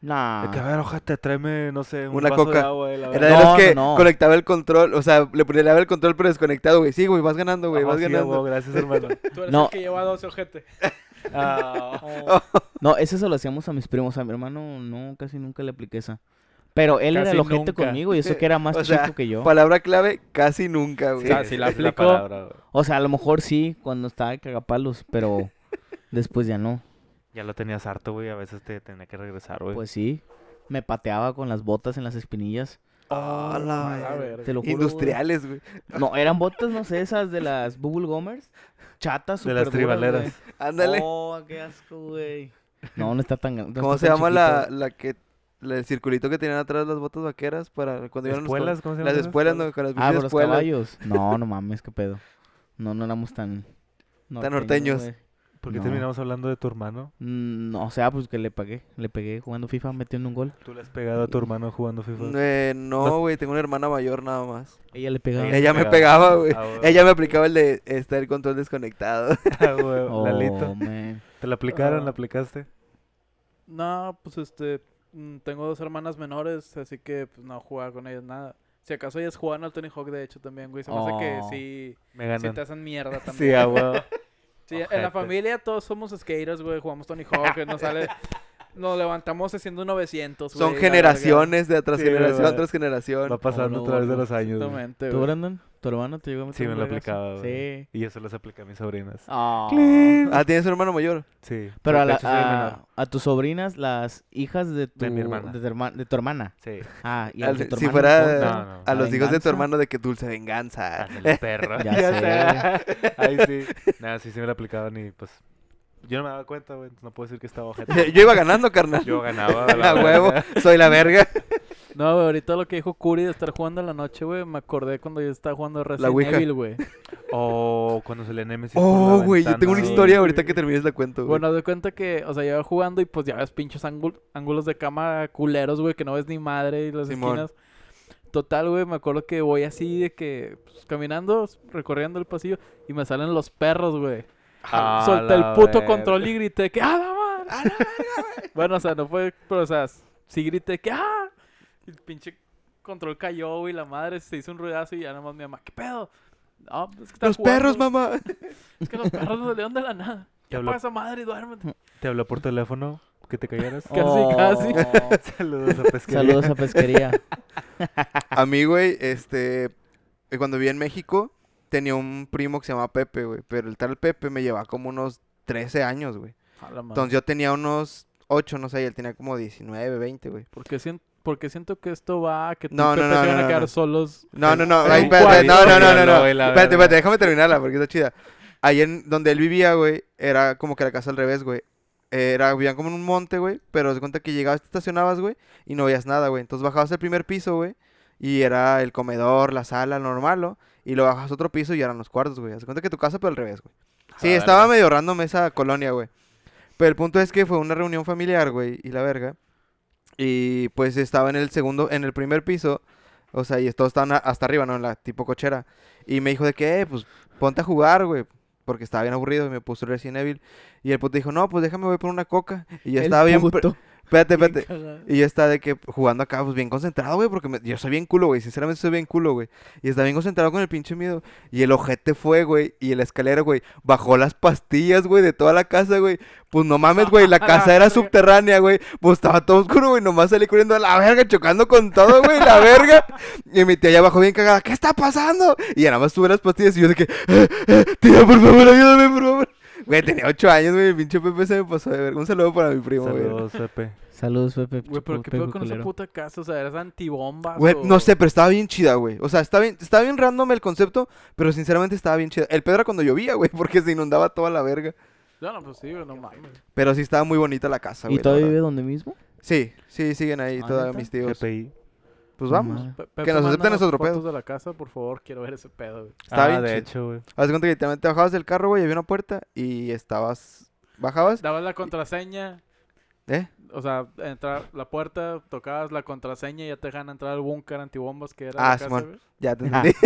Speaker 2: De que, a
Speaker 4: Nah.
Speaker 2: ver, ojete, tráeme, no sé, un
Speaker 3: Una
Speaker 2: vaso
Speaker 3: coca.
Speaker 2: de agua. y la
Speaker 3: Era
Speaker 2: verdad.
Speaker 3: de
Speaker 4: No,
Speaker 3: los que
Speaker 4: no, no.
Speaker 3: conectaba el control, o sea, le ponía el control pero desconectado, güey. Sí, güey, vas ganando, güey,
Speaker 2: Ah,
Speaker 3: vas
Speaker 2: sí, a
Speaker 3: ganando.
Speaker 2: huevo, gracias, hermano.
Speaker 1: Tú eres
Speaker 4: No.
Speaker 1: el que lleva 12 [LAUGHS] ojete. Ah,
Speaker 4: No, eso se lo hacíamos a mis primos. A mi hermano no, casi nunca le apliqué esa. Pero él era
Speaker 1: Casi
Speaker 4: el ojete
Speaker 1: nunca.
Speaker 4: conmigo y eso que era más
Speaker 3: O
Speaker 4: chico
Speaker 3: sea,
Speaker 4: que yo.
Speaker 3: Palabra clave, casi nunca,
Speaker 1: O
Speaker 3: güey.
Speaker 1: sea,
Speaker 2: Sí,
Speaker 1: si
Speaker 2: esa
Speaker 1: la
Speaker 2: es
Speaker 1: aplicó.
Speaker 2: palabra, güey.
Speaker 4: O sea, a lo mejor sí, cuando estaba de cagapalos,
Speaker 3: [LAUGHS]
Speaker 4: pero después ya no.
Speaker 2: Ya lo tenías harto, güey. A veces te tenía que regresar, güey.
Speaker 4: Pues sí, me pateaba con las botas en las espinillas.
Speaker 3: Ah, la
Speaker 1: A la
Speaker 3: verga.
Speaker 1: verga.
Speaker 4: Te lo juro. güey.
Speaker 3: Industriales, güey.
Speaker 4: No, eran botas, no sé, esas de las Bubble Gomers. Chatas,
Speaker 2: de las
Speaker 4: superduras, güey.
Speaker 2: tribaleras.
Speaker 3: Ándale.
Speaker 4: Oh, qué asco, güey. No, no está tan. no está
Speaker 3: ¿Cómo se
Speaker 4: tan
Speaker 3: llama la,
Speaker 4: chiquito.
Speaker 3: la que la- el circulito que tenían atrás las botas vaqueras para cuando iban a los col-
Speaker 2: ¿Espuelas? ¿Cómo se llaman
Speaker 3: las
Speaker 2: esas?
Speaker 3: espuelas, no, con las
Speaker 4: Ah,
Speaker 3: bicis
Speaker 4: por los
Speaker 3: espuelas.
Speaker 4: caballos. No, no mames, qué pedo. No, no éramos tan.
Speaker 3: norteños.
Speaker 4: güey.
Speaker 2: ¿Por qué
Speaker 4: No.
Speaker 2: terminamos hablando de tu hermano?
Speaker 4: Mm, o sea, pues que le pagué. Le pegué jugando FIFA, metiendo un gol.
Speaker 2: ¿Tú le has pegado a tu hermano jugando
Speaker 4: pues.
Speaker 2: FIFA?
Speaker 3: Eh, no,
Speaker 2: No.
Speaker 3: güey, tengo una hermana mayor nada más.
Speaker 4: Ella le pegaba.
Speaker 3: Ella me
Speaker 2: pegaba.
Speaker 3: pegaba, güey.
Speaker 2: Ah, güey.
Speaker 3: Ella me aplicaba el de estar el control desconectado. [LAUGHS]
Speaker 2: [LAUGHS] Ah, güey,
Speaker 4: Oh,
Speaker 2: Lalito.
Speaker 4: man.
Speaker 2: ¿Te la aplicaron?
Speaker 1: Ah.
Speaker 2: ¿La aplicaste?
Speaker 1: No, pues este. mm, Tengo dos hermanas menores, así que pues, no jugaba con ellas nada. Si acaso ellas jugaban al Tony Hawk, de hecho, también, güey. Se me hace que
Speaker 4: Oh.
Speaker 1: sí,
Speaker 2: Me
Speaker 1: sí
Speaker 2: ganan.
Speaker 1: te hacen
Speaker 4: [LAUGHS]
Speaker 1: mierda
Speaker 2: Sí,
Speaker 1: también.
Speaker 2: a huevo.
Speaker 1: [LAUGHS] Sí, en la
Speaker 2: Ojete.
Speaker 1: familia todos somos skaters, güey. Jugamos Tony Hawk, nos
Speaker 4: [LAUGHS]
Speaker 1: sale... Nos levantamos haciendo 900, güey.
Speaker 3: Son
Speaker 1: la verga.
Speaker 3: generaciones de tras
Speaker 2: Sí,
Speaker 3: generación
Speaker 2: ¿verdad?
Speaker 3: tras generación.
Speaker 2: Va pasando
Speaker 4: no,
Speaker 2: a través de
Speaker 4: no,
Speaker 2: los años. güey.
Speaker 1: Exactamente,
Speaker 4: ¿Tú,
Speaker 1: güey.
Speaker 4: Brandon? ¿Tu hermano te llegó a meter
Speaker 2: Sí, me
Speaker 4: un
Speaker 2: lo
Speaker 4: vergazo?
Speaker 2: aplicaba, güey.
Speaker 4: Sí.
Speaker 2: Y yo se los apliqué a mis sobrinas.
Speaker 4: Ah.
Speaker 3: Ah, ¿tienes un hermano mayor?
Speaker 2: Sí.
Speaker 4: Pero
Speaker 2: de
Speaker 4: a, la-
Speaker 2: hecho, soy el menor.
Speaker 4: a, a tus sobrinas, las hijas de tu,
Speaker 2: De mi hermana.
Speaker 4: de tu, herma- de tu hermana.
Speaker 2: Sí.
Speaker 4: Ah, y a
Speaker 3: Al-
Speaker 4: los de tu
Speaker 3: si
Speaker 4: hermana,
Speaker 3: fuera-
Speaker 2: No,
Speaker 4: ¿no?
Speaker 2: no.
Speaker 3: A
Speaker 4: ¿La
Speaker 3: los hijos de tu
Speaker 4: venganza?
Speaker 3: hermano de que dulce venganza.
Speaker 2: Ándale, [LAUGHS] perro.
Speaker 4: Ya sé.
Speaker 2: sé. Ahí sí. Nada, sí, sí me la aplicaban y pues. Yo no me daba cuenta, güey. entonces No puedo decir que estaba ojete.
Speaker 3: [LAUGHS] Yo iba ganando, carnal.
Speaker 2: Yo
Speaker 3: [LAUGHS]
Speaker 2: ganaba.
Speaker 3: A
Speaker 2: verga.
Speaker 3: huevo, soy la verga.
Speaker 1: No, güey, ahorita lo que dijo Curi de estar jugando en la noche, güey, me acordé cuando yo estaba jugando Resident
Speaker 3: Ouija.
Speaker 1: Evil, güey.
Speaker 3: [LAUGHS]
Speaker 2: O cuando se le Nemesis. por
Speaker 3: Oh,
Speaker 2: la
Speaker 3: güey, yo
Speaker 2: ventana,
Speaker 3: tengo una
Speaker 1: Sí,
Speaker 3: historia
Speaker 1: güey.
Speaker 3: ahorita que termines la cuento, güey.
Speaker 1: Bueno, doy cuenta que, o sea, yo iba jugando y pues ya ves pinches ángul- ángulos de cámara culeros, güey, que no ves ni madre y las
Speaker 3: Simón.
Speaker 1: esquinas. Total, güey, me acuerdo que voy así de que pues, caminando, recorriendo el pasillo y me salen los perros, güey.
Speaker 2: Ah,
Speaker 1: Solté el
Speaker 2: la
Speaker 1: puto
Speaker 2: verga.
Speaker 1: control y grité que ¡Ah, la madre!
Speaker 2: [LAUGHS]
Speaker 1: bueno, o sea, no fue, pero o sea, sí grité que ¡Ah! Y el pinche control cayó, güey, la madre se hizo un ruidazo y ya nomás mi mamá, ¿qué pedo? No, es que estaba
Speaker 3: Los perros,
Speaker 1: jugando,
Speaker 3: mamá.
Speaker 1: Es que los perros nos salieron de
Speaker 2: [LAUGHS]
Speaker 1: la nada.
Speaker 2: Te
Speaker 1: ¿Qué
Speaker 2: habló-
Speaker 1: pasa, madre? Duérmete.
Speaker 2: Te habló por teléfono. Que te callaras.
Speaker 3: Oh.
Speaker 1: Casi,
Speaker 2: [LAUGHS]
Speaker 1: casi. [LAUGHS]
Speaker 2: Saludos a pesquería.
Speaker 4: Saludos a pesquería.
Speaker 3: A mí, güey, este. eh, Cuando viví en México, tenía un primo que se llamaba Pepe, güey. Pero el tal Pepe me llevaba como unos 13 años, güey.
Speaker 1: A la madre.
Speaker 3: Entonces yo tenía unos 8, no sé, y él tenía como 19, 20, güey.
Speaker 1: Porque siento, porque siento que esto va a que tú
Speaker 3: No,
Speaker 1: y
Speaker 3: no,
Speaker 1: Pepe
Speaker 3: no,
Speaker 1: se van
Speaker 3: no,
Speaker 1: a quedar
Speaker 3: no.
Speaker 1: solos.
Speaker 3: No, no, no,
Speaker 1: en
Speaker 3: ay,
Speaker 1: un
Speaker 3: espérate, no,
Speaker 1: cuarto.
Speaker 3: no, no, no,
Speaker 2: Míralo,
Speaker 3: no.
Speaker 2: güey, la
Speaker 3: Espérate,
Speaker 2: verga.
Speaker 3: espérate, déjame terminarla porque está chida. Ahí en donde él vivía, güey, era como que la casa al revés, güey. Era, vivían como en un monte, güey, pero se cuenta que llegabas, te estacionabas, güey, y no veías nada, güey. Entonces bajabas al primer piso, güey, y era el comedor, la sala, lo normal, ¿no? Y lo bajas a otro piso y eran los cuartos, güey. Se cuenta que tu casa, pero al revés, güey. Sí,
Speaker 2: Ah,
Speaker 3: estaba
Speaker 2: verga.
Speaker 3: medio random esa colonia, güey. Pero el punto es que fue una reunión familiar, güey, y la verga. Y pues estaba en el segundo, en el primer piso. O sea, y todos estaban a- hasta arriba, ¿no? En la tipo cochera. Y me dijo de que, eh, pues ponte a jugar, güey. Porque estaba bien aburrido y me puso Resident Evil. Y el puto dijo, no, pues déjame, voy por una coca. [LAUGHS] Y yo
Speaker 4: El
Speaker 3: estaba bien. pre-
Speaker 4: puto.
Speaker 3: Espérate,
Speaker 4: Bien
Speaker 3: espérate.
Speaker 4: cagado.
Speaker 3: Y yo estaba de que jugando acá, pues bien concentrado, güey, porque me- yo soy bien culo, güey. Sinceramente soy bien culo, güey. Y estaba bien concentrado con el pinche miedo. Y el ojete fue, güey. Y la escalera, güey, bajó las pastillas, güey, de toda la casa, güey. Pues no mames, güey. La casa era subterránea, güey. Pues estaba todo oscuro, güey. Nomás salí corriendo a la verga, chocando con todo, güey. La verga. Y mi tía allá abajo bien cagada. ¿Qué está pasando? Y ya nada más tuve las pastillas y yo de que, "Eh, eh, tía, por favor, ayúdame, por favor. Güey, tenía 8 años, güey. Pinche Pepe se me pasó de ver. Un saludo para mi primo, güey.
Speaker 2: Saludos, Pepe.
Speaker 4: Saludos, Pepe.
Speaker 1: Güey, pero qué
Speaker 4: Pepe
Speaker 1: pedo con esa
Speaker 4: culero.
Speaker 1: puta casa, o sea, eras antibombas.
Speaker 3: Güey,
Speaker 1: o-
Speaker 3: no sé, pero estaba bien chida, güey. O sea, estaba bien, estaba bien random el concepto, pero sinceramente estaba bien chida. El pedo era cuando llovía, güey, [LAUGHS] porque se inundaba toda la verga.
Speaker 1: No, no, pues sí, güey, no mames.
Speaker 3: Pero sí estaba muy bonita la casa, güey.
Speaker 4: ¿Y
Speaker 3: la
Speaker 4: todavía vive
Speaker 3: verdad.
Speaker 4: donde mismo?
Speaker 3: Sí, sí, siguen ahí
Speaker 4: Ah,
Speaker 3: todavía
Speaker 4: ¿neta?
Speaker 3: mis tíos.
Speaker 2: GPI.
Speaker 3: Pues vamos.
Speaker 4: Madre.
Speaker 1: Pe-
Speaker 3: Que nos acepten
Speaker 1: mándanos
Speaker 3: nuestro pedo.
Speaker 1: fotos de la casa, por favor, quiero ver ese pedo, güey.
Speaker 3: Estaba
Speaker 2: ah,
Speaker 3: bien
Speaker 2: de
Speaker 3: chido.
Speaker 2: hecho, güey.
Speaker 3: Haz de cuenta que literalmente bajabas del carro, güey, y había una puerta y estabas. Bajabas,
Speaker 1: Dabas la contraseña,
Speaker 3: ¿eh?
Speaker 1: o sea, entrar la puerta, tocabas la contraseña y ya te dejan entrar al búnker antibombas que era
Speaker 3: Ah,
Speaker 1: la casa,
Speaker 3: Simón.
Speaker 1: güey.
Speaker 3: Ya te
Speaker 4: Ah.
Speaker 3: entendí.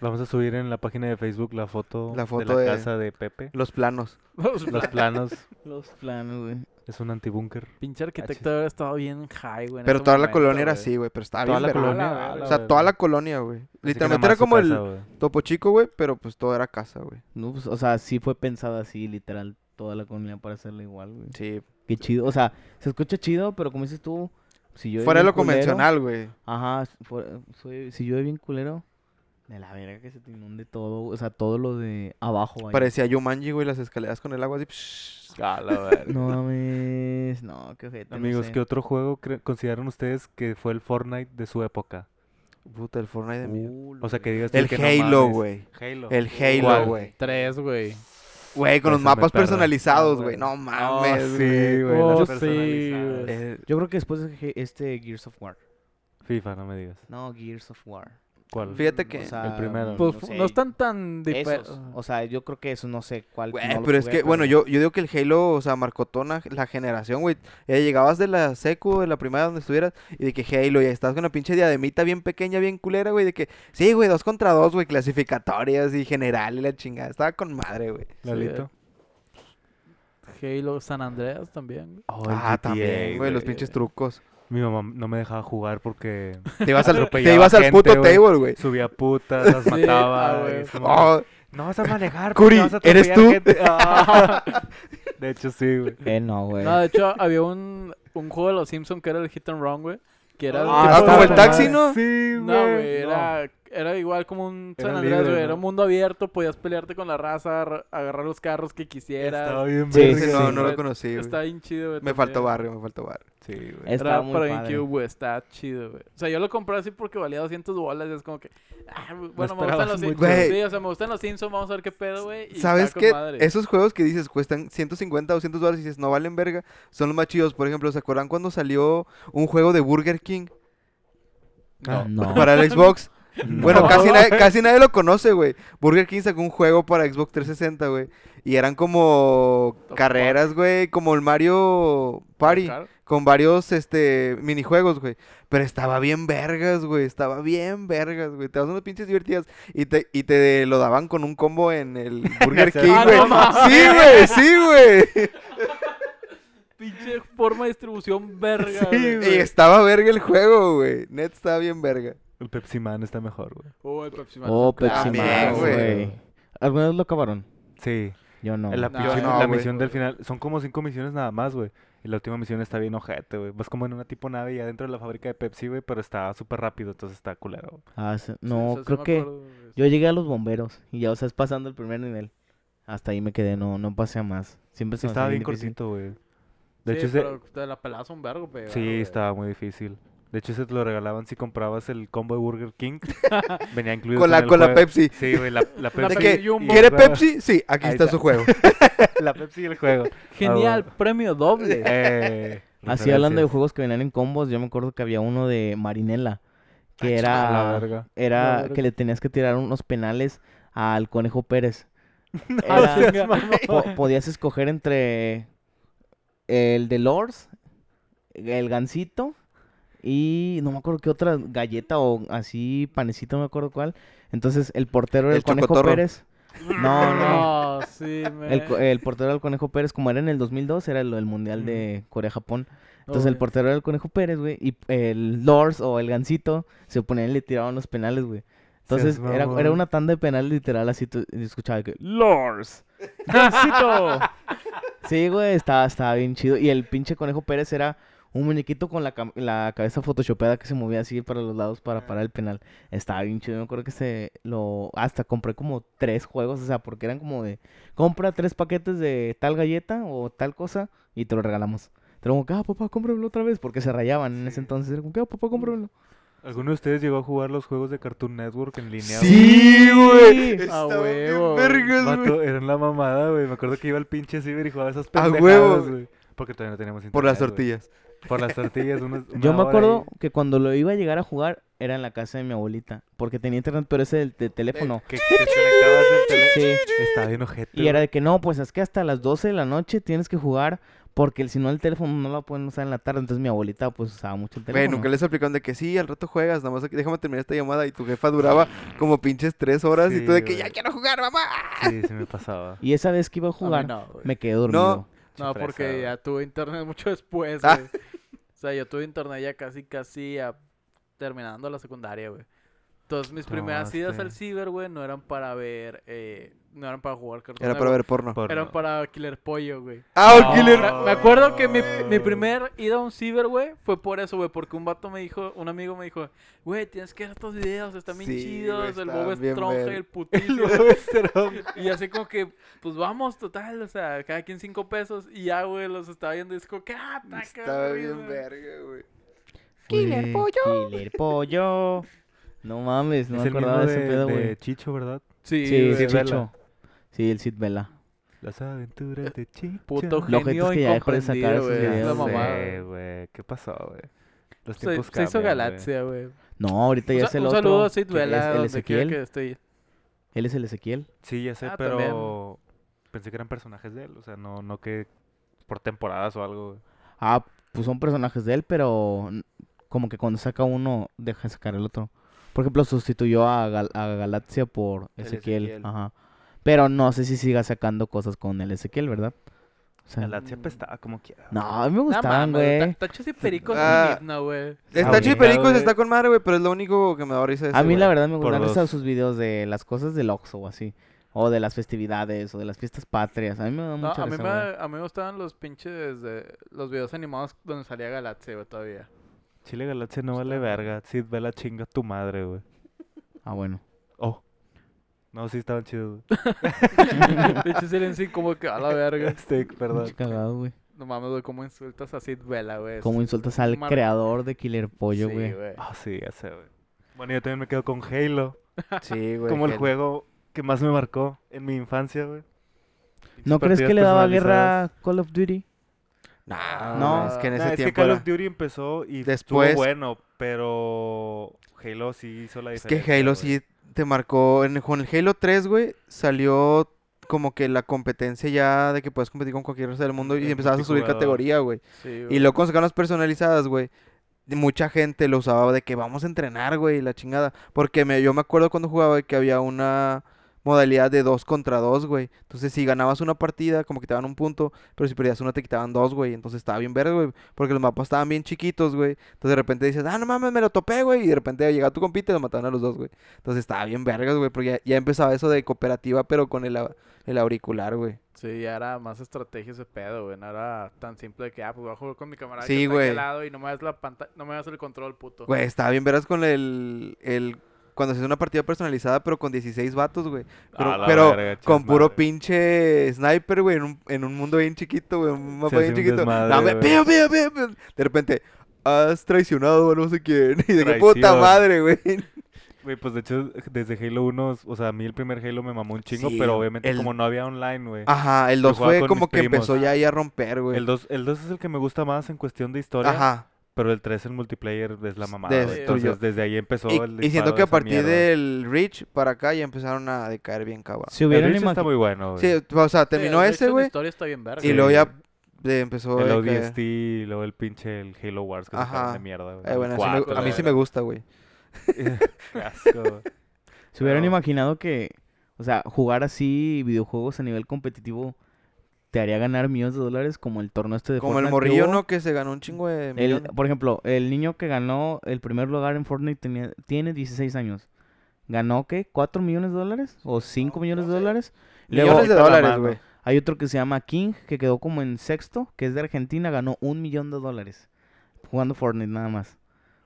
Speaker 2: Vamos a subir en la página de Facebook la foto,
Speaker 3: La
Speaker 2: de
Speaker 3: foto
Speaker 2: la
Speaker 3: de-
Speaker 2: casa de Pepe.
Speaker 3: Los planos.
Speaker 1: [LAUGHS] Los-
Speaker 2: Los planos.
Speaker 4: Los planos, güey.
Speaker 2: es un antibúnker.
Speaker 1: Pinche arquitecto hubiera estado bien high, güey. en
Speaker 3: [LAUGHS] Pero
Speaker 1: ese
Speaker 3: toda la
Speaker 1: momento,
Speaker 3: colonia era
Speaker 1: güey.
Speaker 3: así, güey, pero estaba
Speaker 2: Toda
Speaker 3: bien
Speaker 2: la
Speaker 3: verga.
Speaker 1: verga.
Speaker 2: colonia.
Speaker 1: Ah, la
Speaker 3: O sea, toda la colonia, güey. Literalmente era como el Topo Chico, güey, pero pues todo era casa, güey.
Speaker 4: No, pues, o sea, sí fue pensada así, literal, toda la comunidad para hacerla igual, güey.
Speaker 3: Sí.
Speaker 4: Qué chido, o sea, se escucha chido, pero como dices tú, si yo...
Speaker 3: Fuera de
Speaker 4: bien
Speaker 3: lo
Speaker 4: culero-
Speaker 3: convencional, güey.
Speaker 4: Ajá, s- fuera- soy- si yo de bien culero, de la verga que se te inunde todo, o sea, todo lo de abajo. vaya.
Speaker 3: Parecía Yumanji, güey, las escaleras con el agua así. psh.
Speaker 4: [LAUGHS] No mames, no, qué ojete, no
Speaker 2: Amigos,
Speaker 4: sé.
Speaker 2: ¿qué otro juego cre- consideran ustedes que fue el Fortnite de su época?
Speaker 3: Puta, el Fortnite de mí.
Speaker 4: Uh,
Speaker 2: O sea,
Speaker 4: lo
Speaker 2: que
Speaker 4: verga.
Speaker 2: digas tú
Speaker 3: El
Speaker 2: que no
Speaker 3: Halo,
Speaker 2: mames.
Speaker 3: güey.
Speaker 2: Halo.
Speaker 3: El
Speaker 2: ¿Cuál?
Speaker 3: Halo, güey.
Speaker 1: Tres, güey.
Speaker 3: Güey, con los
Speaker 2: Ese me
Speaker 3: mapas
Speaker 2: perra.
Speaker 3: personalizados,
Speaker 2: Ah,
Speaker 3: güey.
Speaker 2: güey.
Speaker 3: No
Speaker 2: Oh,
Speaker 3: mames,
Speaker 2: sí,
Speaker 3: güey. Eh,
Speaker 2: güey. las
Speaker 1: Oh, sí,
Speaker 2: personalizadas.
Speaker 1: güey.
Speaker 3: El-
Speaker 4: Yo creo que después de que este Gears of War.
Speaker 2: FIFA, no me digas.
Speaker 4: No, Gears of War.
Speaker 2: ¿Cuál?
Speaker 3: Fíjate
Speaker 4: O
Speaker 3: que- El
Speaker 4: sea,
Speaker 2: primero,
Speaker 1: Pues
Speaker 4: no, sé,
Speaker 1: no están tan
Speaker 4: esos,
Speaker 1: difer-
Speaker 4: O sea, yo creo que eso no sé cuál.
Speaker 3: Güey,
Speaker 4: no lo
Speaker 3: pero es
Speaker 4: jugué,
Speaker 3: que, bueno,
Speaker 4: pero-
Speaker 3: yo, yo digo que el Halo, o sea, marcó toda una- la generación, güey. Eh, llegabas de la secu, de la primaria donde estuvieras, y de que Halo, ya estabas con una pinche diademita bien pequeña, bien culera, güey. De que, sí, güey, dos contra dos, güey, clasificatorias y general y la chingada. Estaba con madre, güey.
Speaker 2: Lalito.
Speaker 1: Halo San Andreas también, güey.
Speaker 2: Oh, el
Speaker 3: Ah,
Speaker 2: GTA,
Speaker 3: también, güey, los pinches trucos.
Speaker 2: Mi mamá no me dejaba jugar porque
Speaker 3: Te ibas al, te
Speaker 2: Atropellaba
Speaker 3: ibas al
Speaker 2: gente,
Speaker 3: puto
Speaker 2: güey.
Speaker 3: table, güey.
Speaker 2: subía putas, las
Speaker 1: Sí, ah,
Speaker 2: mataba.
Speaker 1: güey.
Speaker 2: y es como que,
Speaker 3: Oh,
Speaker 2: No vas a manejar,
Speaker 3: Curi,
Speaker 2: porque vas a
Speaker 3: ¿eres
Speaker 2: atropellar
Speaker 3: tú?
Speaker 2: gente". Ah. De hecho, sí, güey.
Speaker 4: Eh, no, güey.
Speaker 1: No, de hecho, había un, un juego de los Simpsons que era el Hit and Run, güey. Que era...
Speaker 3: Ah,
Speaker 1: tipo
Speaker 3: ah,
Speaker 1: de-
Speaker 3: como el taxi, ¿no?
Speaker 2: Sí, güey.
Speaker 1: No, güey, era, era igual como un San
Speaker 2: Era
Speaker 1: Andreas,
Speaker 2: libre,
Speaker 1: güey.
Speaker 2: ¿no?
Speaker 1: Era un mundo abierto, podías pelearte con la raza, ar- agarrar los carros que
Speaker 2: Estaba
Speaker 1: quisieras.
Speaker 2: bien
Speaker 4: Sí,
Speaker 2: verga,
Speaker 4: sí,
Speaker 3: Ese no,
Speaker 2: sí,
Speaker 3: no
Speaker 1: güey.
Speaker 3: lo conocí, güey.
Speaker 1: Está bien chido, güey.
Speaker 3: Me
Speaker 1: también.
Speaker 3: faltó barrio, me faltó barrio.
Speaker 2: Sí, güey.
Speaker 4: Estaba
Speaker 1: Era
Speaker 4: muy
Speaker 1: para
Speaker 4: padre.
Speaker 1: GameCube, güey. Está chido, güey. O sea, yo lo compré así porque valía 200 bolas. y es como que. ah, bueno, me gustan
Speaker 2: esperabas
Speaker 1: los
Speaker 2: mucho.
Speaker 1: Simpsons.
Speaker 3: Güey.
Speaker 1: Sí, o sea, me gustan los Simpsons. Vamos a ver qué pedo, güey. y
Speaker 3: ¿Sabes
Speaker 1: está con
Speaker 3: qué?
Speaker 1: madre.
Speaker 3: Esos juegos que dices cuestan 150, 200 dólares y dices no valen verga, son los más chidos. Por ejemplo, ¿se acuerdan cuando salió un juego de Burger King
Speaker 4: No. No.
Speaker 3: para el Xbox? Bueno,
Speaker 1: No.
Speaker 3: casi
Speaker 1: [LAUGHS]
Speaker 3: nadie, casi nadie lo conoce, güey. Burger King sacó un juego para Xbox 360, güey. Y eran como
Speaker 1: The fuck?
Speaker 3: carreras, güey, como el Mario Party,
Speaker 1: Claro.
Speaker 3: con varios este minijuegos, güey. Pero estaba bien vergas, güey. Estaba bien vergas, güey. Te das unas pinches divertidas y te, y te lo daban con un combo en el Burger King,
Speaker 1: Ah, no
Speaker 3: güey. sí, güey, sí, güey.
Speaker 1: Pinche forma de distribución verga,
Speaker 3: Y
Speaker 1: güey.
Speaker 3: estaba verga el juego, güey. Net estaba bien verga.
Speaker 2: El Pepsi Man está mejejor, güey.
Speaker 1: Oh, el Pepsi Man.
Speaker 4: Oh, Pepsi
Speaker 3: También,
Speaker 4: Man,
Speaker 3: Ah, güey.
Speaker 4: güey. ¿Alguna vez lo acabaron?
Speaker 2: Sí.
Speaker 4: Yo no.
Speaker 2: La,
Speaker 1: No,
Speaker 2: pinche-
Speaker 3: no,
Speaker 2: la
Speaker 3: güey.
Speaker 2: misión del final. Son como cinco misiones nada más, güey. Y la última misión está bien ojete, güey. Vas como en una tipo nave y adentro de la fábrica de Pepsi, güey, pero está súper rápido, entonces está culero. güey.
Speaker 4: Ah, sí.
Speaker 1: Sí,
Speaker 4: No,
Speaker 1: sí, sí
Speaker 4: creo
Speaker 1: me
Speaker 4: que
Speaker 1: acuerdo de eso.
Speaker 4: yo llegué a los bomberos y ya, o sea, es pasando el primer nivel. Hasta ahí me quedé, no, no pasé a más. Siempre
Speaker 2: Sí,
Speaker 4: se me
Speaker 2: estaba
Speaker 4: hacía
Speaker 2: bien
Speaker 4: difícil.
Speaker 2: cortito, güey. De
Speaker 1: sí,
Speaker 2: hecho, ese-
Speaker 1: pero te la pelas un vergo, pero.
Speaker 2: sí, estaba muy difícil. De hecho, ese te lo regalaban si comprabas el combo de Burger
Speaker 3: [LAUGHS]
Speaker 2: King. [LAUGHS] Venía incluido
Speaker 3: Con
Speaker 2: con
Speaker 3: la,
Speaker 2: el
Speaker 3: con la
Speaker 2: juego.
Speaker 3: Pepsi.
Speaker 2: Sí, güey, la, la
Speaker 1: La
Speaker 2: Pepsi.
Speaker 3: [LAUGHS] De
Speaker 1: Pepsi
Speaker 3: que,
Speaker 1: Jumbo.
Speaker 3: ¿quiere Pepsi? Sí, aquí
Speaker 2: Ahí
Speaker 3: está,
Speaker 2: está.
Speaker 3: su juego.
Speaker 2: [LAUGHS] La Pepsi y el juego.
Speaker 1: Genial,
Speaker 2: Ah,
Speaker 1: premio doble.
Speaker 3: [LAUGHS]
Speaker 2: Eh,
Speaker 4: Así hablando de
Speaker 2: referencias.
Speaker 4: juegos que venían en combos, yo me acuerdo que había uno de Marinela, que
Speaker 2: Ah, A la
Speaker 4: era,
Speaker 2: verga.
Speaker 1: La
Speaker 4: era
Speaker 1: verga.
Speaker 4: que le tenías que tirar unos penales al
Speaker 2: [LAUGHS]
Speaker 4: Conejo Pérez.
Speaker 1: Ah,
Speaker 3: [LAUGHS]
Speaker 4: Era-
Speaker 1: chinga, [LAUGHS]
Speaker 4: po- podías escoger entre el de Lords, el Gansito y no me acuerdo qué otra galleta o así panecito, no me acuerdo cuál. Entonces el portero era
Speaker 3: El
Speaker 4: el, Conejo
Speaker 3: chocotorro.
Speaker 4: Pérez. No,
Speaker 2: [LAUGHS]
Speaker 4: no.
Speaker 1: No, sí, me.
Speaker 4: El, co- el portero era el Conejo Pérez, como era en el 2002, era el, el Mundial de
Speaker 2: Mm.
Speaker 4: Corea-Japón. Entonces el
Speaker 1: portero
Speaker 4: portero era el Conejo Pérez, güey, y el Lords o el Gansito se oponían y le tiraban los penales, güey. Entonces
Speaker 2: Seas
Speaker 4: era, era
Speaker 2: mamón.
Speaker 4: una tanda de penales literal, así tú y escuchaba que
Speaker 1: Lords. ¡Gansito!
Speaker 4: [LAUGHS] Sí, güey, estaba, estaba bien chido. Y el pinche conejo Pérez era Un muñequito con la, cam- la cabeza photoshopeada que se movía así para los lados
Speaker 2: Ah.
Speaker 4: para parar el penal. Estaba bien chido. Yo me acuerdo que se lo. Hasta compré como tres juegos. O sea, porque eran como de. Compra tres paquetes de tal galleta o tal cosa y te lo regalamos. Pero como que, ah, papá, cómpramelo otra vez. Porque se rayaban en ese
Speaker 1: Sí.
Speaker 4: entonces. Era como que, ah, papá, cómpramelo.
Speaker 2: ¿Alguno de ustedes llegó a jugar los juegos de Cartoon Network en línea?
Speaker 3: Sí, güey.
Speaker 4: Sí.
Speaker 1: A
Speaker 3: Estaban bien
Speaker 1: huevo.
Speaker 3: vergas, güey.
Speaker 2: Vato, eran la mamada, güey. Me acuerdo que iba al pinche ciber y jugaba esas
Speaker 3: A
Speaker 2: pendejadas,
Speaker 3: huevo, güey.
Speaker 2: güey. Porque todavía no teníamos internet,
Speaker 3: Por las
Speaker 2: güey.
Speaker 3: tortillas.
Speaker 2: Por las tortillas. unas-
Speaker 4: [LAUGHS] Yo
Speaker 2: una
Speaker 4: me
Speaker 2: hora
Speaker 4: acuerdo
Speaker 2: ahí.
Speaker 4: que cuando lo iba a llegar a jugar era en la casa de mi abuelita. Porque tenía internet, pero ese del de teléfono.
Speaker 2: Que que desconectabas el teléfono.
Speaker 4: Sí.
Speaker 2: Estaba bien ojete,
Speaker 4: Y era de que no, pues es que hasta las 12 de la noche tienes que jugar. Porque el- si no, el teléfono no lo pueden usar en la tarde. Entonces mi abuelita, pues usaba mucho el
Speaker 3: Güey,
Speaker 4: teléfono.
Speaker 3: nunca les aplicaron de que sí, al rato juegas, nada más aquí, déjame terminar esta llamada y tu jefa [GASPS] duraba como pinches tres horas y tú de
Speaker 2: Sí,
Speaker 3: que
Speaker 2: güey.
Speaker 3: ya quiero jugar, mamá.
Speaker 2: Sí, sí me
Speaker 4: [LAUGHS]
Speaker 2: pasaba.
Speaker 4: Y esa vez que iba a
Speaker 1: A mí
Speaker 4: jugar,
Speaker 1: no, güey.
Speaker 4: me quedé dormido.
Speaker 1: No,
Speaker 2: Fresa,
Speaker 1: porque
Speaker 2: güey.
Speaker 1: ya tuve internet mucho después,
Speaker 3: Ah.
Speaker 1: güey. O sea, yo tuve internet ya casi, casi a- terminando la secundaria, güey. Entonces, mis primeras idas al
Speaker 2: Tomaste.
Speaker 1: ciber, güey, no eran para ver... eh, no eran para jugar Cartoon
Speaker 3: Era para
Speaker 1: Network,
Speaker 3: ver porno.
Speaker 2: Por- [LAUGHS]
Speaker 1: Eran para Killer Pollo, güey.
Speaker 3: Ah, [LAUGHS]
Speaker 2: No.
Speaker 3: un killer.
Speaker 1: Me, me acuerdo que mi, mi primer ida a un ciber, güey, fue por eso, güey. Porque un vato me dijo... Un amigo me dijo... Güey, tienes que ver estos videos. Están bien
Speaker 3: Sí, güey,
Speaker 1: chidos. el Bob
Speaker 3: estaban bien
Speaker 1: Esponja
Speaker 3: ver-
Speaker 1: y
Speaker 3: [LAUGHS]
Speaker 1: el putísimo. Y así como que, pues vamos, total, o sea, cada quien cinco pesos. Y ya, güey, los estaba viendo y es como que, ah, está
Speaker 3: Estaba
Speaker 1: cabrón,
Speaker 3: bien
Speaker 1: güey.
Speaker 3: verga, güey.
Speaker 4: Killer pollo. Killer pollo. No mames, no
Speaker 2: es
Speaker 4: me
Speaker 2: el mismo
Speaker 4: acordaba de
Speaker 2: de,
Speaker 4: ese pedo,
Speaker 2: de
Speaker 4: güey.
Speaker 2: Chicho, ¿verdad?
Speaker 1: Sí,
Speaker 4: Sí,
Speaker 1: güey.
Speaker 4: sí,
Speaker 2: Sid Vela.
Speaker 4: Chicho. Sí, el Sid Vela.
Speaker 2: Las aventuras de Chicho.
Speaker 1: Puto
Speaker 4: Lo ojete
Speaker 1: genio
Speaker 4: es que ya dejó de sacar
Speaker 1: incomprendido,
Speaker 4: esos
Speaker 1: güey.
Speaker 2: Ya
Speaker 1: Es
Speaker 4: videos,
Speaker 1: la
Speaker 2: sé,
Speaker 1: mamada.
Speaker 2: güey. ¿Qué pasó, güey? Los
Speaker 1: Se,
Speaker 2: tiempos
Speaker 1: se
Speaker 2: cambian,
Speaker 1: hizo
Speaker 2: güey.
Speaker 1: galaxia, güey.
Speaker 4: No, ahorita ya
Speaker 1: Un,
Speaker 4: es
Speaker 1: sa-
Speaker 4: el
Speaker 1: un
Speaker 4: otro.
Speaker 1: saludo a Sid
Speaker 4: que
Speaker 1: Vela,
Speaker 4: es el
Speaker 1: donde quiera
Speaker 4: Ezequiel.
Speaker 1: que estoy.
Speaker 4: Él es el Ezequiel.
Speaker 2: Sí, ya sé,
Speaker 1: Ah,
Speaker 2: pero
Speaker 1: también.
Speaker 2: pensé que eran personajes de él. O sea, no, no que por temporadas o algo. güey.
Speaker 4: Ah, pues son personajes de él, pero n- como que cuando saca uno, deja de sacar el otro. Por ejemplo, sustituyó a, Gal- a Galaxia por
Speaker 3: El
Speaker 4: Ezequiel.
Speaker 3: Ezequiel.
Speaker 4: Ajá. Pero no sé si siga sacando cosas con el Ezequiel, ¿verdad? O sea,
Speaker 2: Galaxia
Speaker 1: Mm.
Speaker 2: apestaba como ah, quiera.
Speaker 4: no, a mí me
Speaker 1: Nah,
Speaker 4: gustaban,
Speaker 1: mames,
Speaker 4: güey.
Speaker 1: ta- Tachos y
Speaker 3: [LAUGHS]
Speaker 1: pericos
Speaker 3: Ah.
Speaker 1: sin himno, güey.
Speaker 3: Está
Speaker 2: bien,
Speaker 3: chido Pericos,
Speaker 2: güey.
Speaker 3: está con madre, güey, pero es lo único que me da risa de
Speaker 4: A
Speaker 3: ese,
Speaker 4: mí la
Speaker 3: güey.
Speaker 4: verdad me
Speaker 2: por
Speaker 4: gustan esos
Speaker 2: dos.
Speaker 4: sus videos de las cosas del Oxxo o así. O de las festividades, o de las fiestas patrias. A mí me da
Speaker 1: No,
Speaker 4: mucha
Speaker 1: a mí,
Speaker 4: risa,
Speaker 1: me,
Speaker 4: güey.
Speaker 1: a mí me gustaban los pinches de los videos animados donde salía Galaxia, güey,
Speaker 3: [LAUGHS]
Speaker 1: todavía.
Speaker 2: Chile Galaxia no vale
Speaker 1: Estaba-
Speaker 2: verga. Sid Vela chinga tu madre, güey.
Speaker 4: Ah, bueno.
Speaker 2: Oh. No, sí estaban chidos.
Speaker 1: Pinche silencio como que a la
Speaker 2: güey.
Speaker 1: verga.
Speaker 2: Este, perdón.
Speaker 4: Pinche cagado, güey.
Speaker 1: No mames, güey, cómo insultas a Sid Vela, güey.
Speaker 4: Como insultas al
Speaker 1: mar-
Speaker 4: creador de Killer Pollo,
Speaker 1: Sí,
Speaker 4: güey.
Speaker 2: [LAUGHS] Ah, sí, ya sé, güey. Bueno, yo también me quedo con Halo.
Speaker 3: [LAUGHS] Sí, güey.
Speaker 2: como el
Speaker 3: que-
Speaker 2: juego que más me marcó en mi infancia, güey.
Speaker 4: ¿No crees que
Speaker 2: partidas
Speaker 4: le daba guerra
Speaker 2: personalizadas.
Speaker 4: a Call of Duty?
Speaker 3: Nah,
Speaker 4: No.
Speaker 3: no, es que en
Speaker 2: Nah,
Speaker 3: ese
Speaker 2: es que
Speaker 3: tiempo
Speaker 2: Call
Speaker 3: era-
Speaker 2: of Duty empezó y
Speaker 3: Después-
Speaker 2: estuvo bueno, pero Halo sí hizo la
Speaker 3: Es que
Speaker 2: diferencia.
Speaker 3: Halo
Speaker 2: güey.
Speaker 3: sí te marcó. En, el- con el Halo 3, güey, salió como que la competencia ya de que puedes competir con cualquier raza del mundo y
Speaker 2: El
Speaker 3: empezabas a subir
Speaker 2: multijugador.
Speaker 3: categoría, güey.
Speaker 1: Sí, güey.
Speaker 3: Y luego cuando sacaron las personalizadas, güey. de- Mucha gente lo usaba de que vamos a entrenar, güey, y la chingada. Porque me, yo me acuerdo cuando jugaba güey, que había una modalidad de dos contra dos, güey. Entonces, si ganabas una partida, como que te daban un punto, pero si perdías una, te quitaban dos, güey. Entonces estaba bien verde, güey. Porque los mapas estaban bien chiquitos, güey. Entonces de repente dices, ah, no mames, me lo topé, güey. Y de repente llegaba tu compita y lo mataban a los dos, güey. Entonces estaba bien vergas, güey. Porque ya, ya empezaba eso de cooperativa, pero con el, au- el auricular, güey.
Speaker 1: Sí, ya era más estrategia ese pedo, güey. No era tan simple de que, ah, pues voy a jugar con mi camarada
Speaker 3: Sí,
Speaker 1: que está aquí
Speaker 3: güey.
Speaker 1: al lado y no me das la pantalla, no me das el control, puto.
Speaker 3: Güey, estaba bien vergas con el, el... Cuando se hace una partida personalizada, pero con 16 vatos, güey. Pero,
Speaker 2: A la
Speaker 3: pero
Speaker 2: verga, chas
Speaker 3: con puro
Speaker 2: madre.
Speaker 3: pinche sniper, güey. En un, en un mundo bien chiquito, güey. Un mapa
Speaker 2: hace
Speaker 3: bien
Speaker 2: un
Speaker 3: chiquito.
Speaker 2: desmadre,
Speaker 3: Dame-
Speaker 2: güey.
Speaker 3: pío, pío, pío, pío. De repente, has traicionado a no sé quién. [LAUGHS] Y de qué puta
Speaker 2: Traición.
Speaker 3: madre, güey. [LAUGHS]
Speaker 2: Güey, pues de hecho, desde Halo 1, o sea, a mí el primer Halo me mamó un chingo,
Speaker 3: Sí,
Speaker 2: pero obviamente
Speaker 3: el-
Speaker 2: como no había online, güey.
Speaker 3: Ajá, el 2
Speaker 2: jugaba
Speaker 3: fue
Speaker 2: con
Speaker 3: como
Speaker 2: mis
Speaker 3: que
Speaker 2: primos.
Speaker 3: empezó ya ahí a romper, güey.
Speaker 2: el 2 el dos es el que me gusta más en cuestión de historia,
Speaker 3: Ajá.
Speaker 2: pero el 3 en multiplayer es la mamada. güey.
Speaker 3: Destruyó.
Speaker 2: Entonces, desde ahí empezó
Speaker 3: Y,
Speaker 2: el
Speaker 3: y siento
Speaker 2: disparo
Speaker 3: que
Speaker 2: de
Speaker 3: a
Speaker 2: esa
Speaker 3: partir
Speaker 2: mierda.
Speaker 3: del Reach para acá ya empezaron a decaer bien cabrón.
Speaker 4: Si
Speaker 2: El
Speaker 4: hubieran
Speaker 2: Reach está
Speaker 4: imagi-
Speaker 2: muy bueno, güey.
Speaker 3: Sí, o sea,
Speaker 1: Sí,
Speaker 3: terminó
Speaker 1: de hecho,
Speaker 3: ese,
Speaker 1: la
Speaker 3: güey.
Speaker 1: historia está bien verga.
Speaker 3: Y
Speaker 2: Sí.
Speaker 3: luego ya eh, empezó
Speaker 2: El
Speaker 3: a decaer.
Speaker 2: ODST y luego el pinche el Halo Wars que sacaron
Speaker 3: Ajá.
Speaker 2: de mierda, güey.
Speaker 3: Eh, bueno,
Speaker 2: El
Speaker 3: sí me-
Speaker 2: cuatro,
Speaker 3: a
Speaker 2: la
Speaker 3: mí sí me
Speaker 2: verga.
Speaker 3: gusta, güey.
Speaker 2: Qué asco, güey.
Speaker 4: se hubieran
Speaker 2: Pero-
Speaker 4: imaginado que, o sea, jugar así videojuegos a nivel competitivo te haría ganar millones de dólares como el torneo este de
Speaker 3: Como el
Speaker 4: Fortnite que
Speaker 3: morrillo,
Speaker 4: hubo.
Speaker 3: ¿no? Que se ganó un chingo de
Speaker 4: El-
Speaker 3: millones.
Speaker 4: por ejemplo, el niño que ganó el primer lugar en Fortnite tenía- tiene 16 años. ¿Ganó qué? ¿4 millones de dólares? ¿O 5 millones de dólares? Luego,
Speaker 3: Millones de
Speaker 2: está la
Speaker 3: dólares,
Speaker 2: mano.
Speaker 3: güey.
Speaker 4: Hay otro que se llama King, que quedó como en sexto, que es de Argentina, ganó un millón de dólares. jugando Fortnite nada más.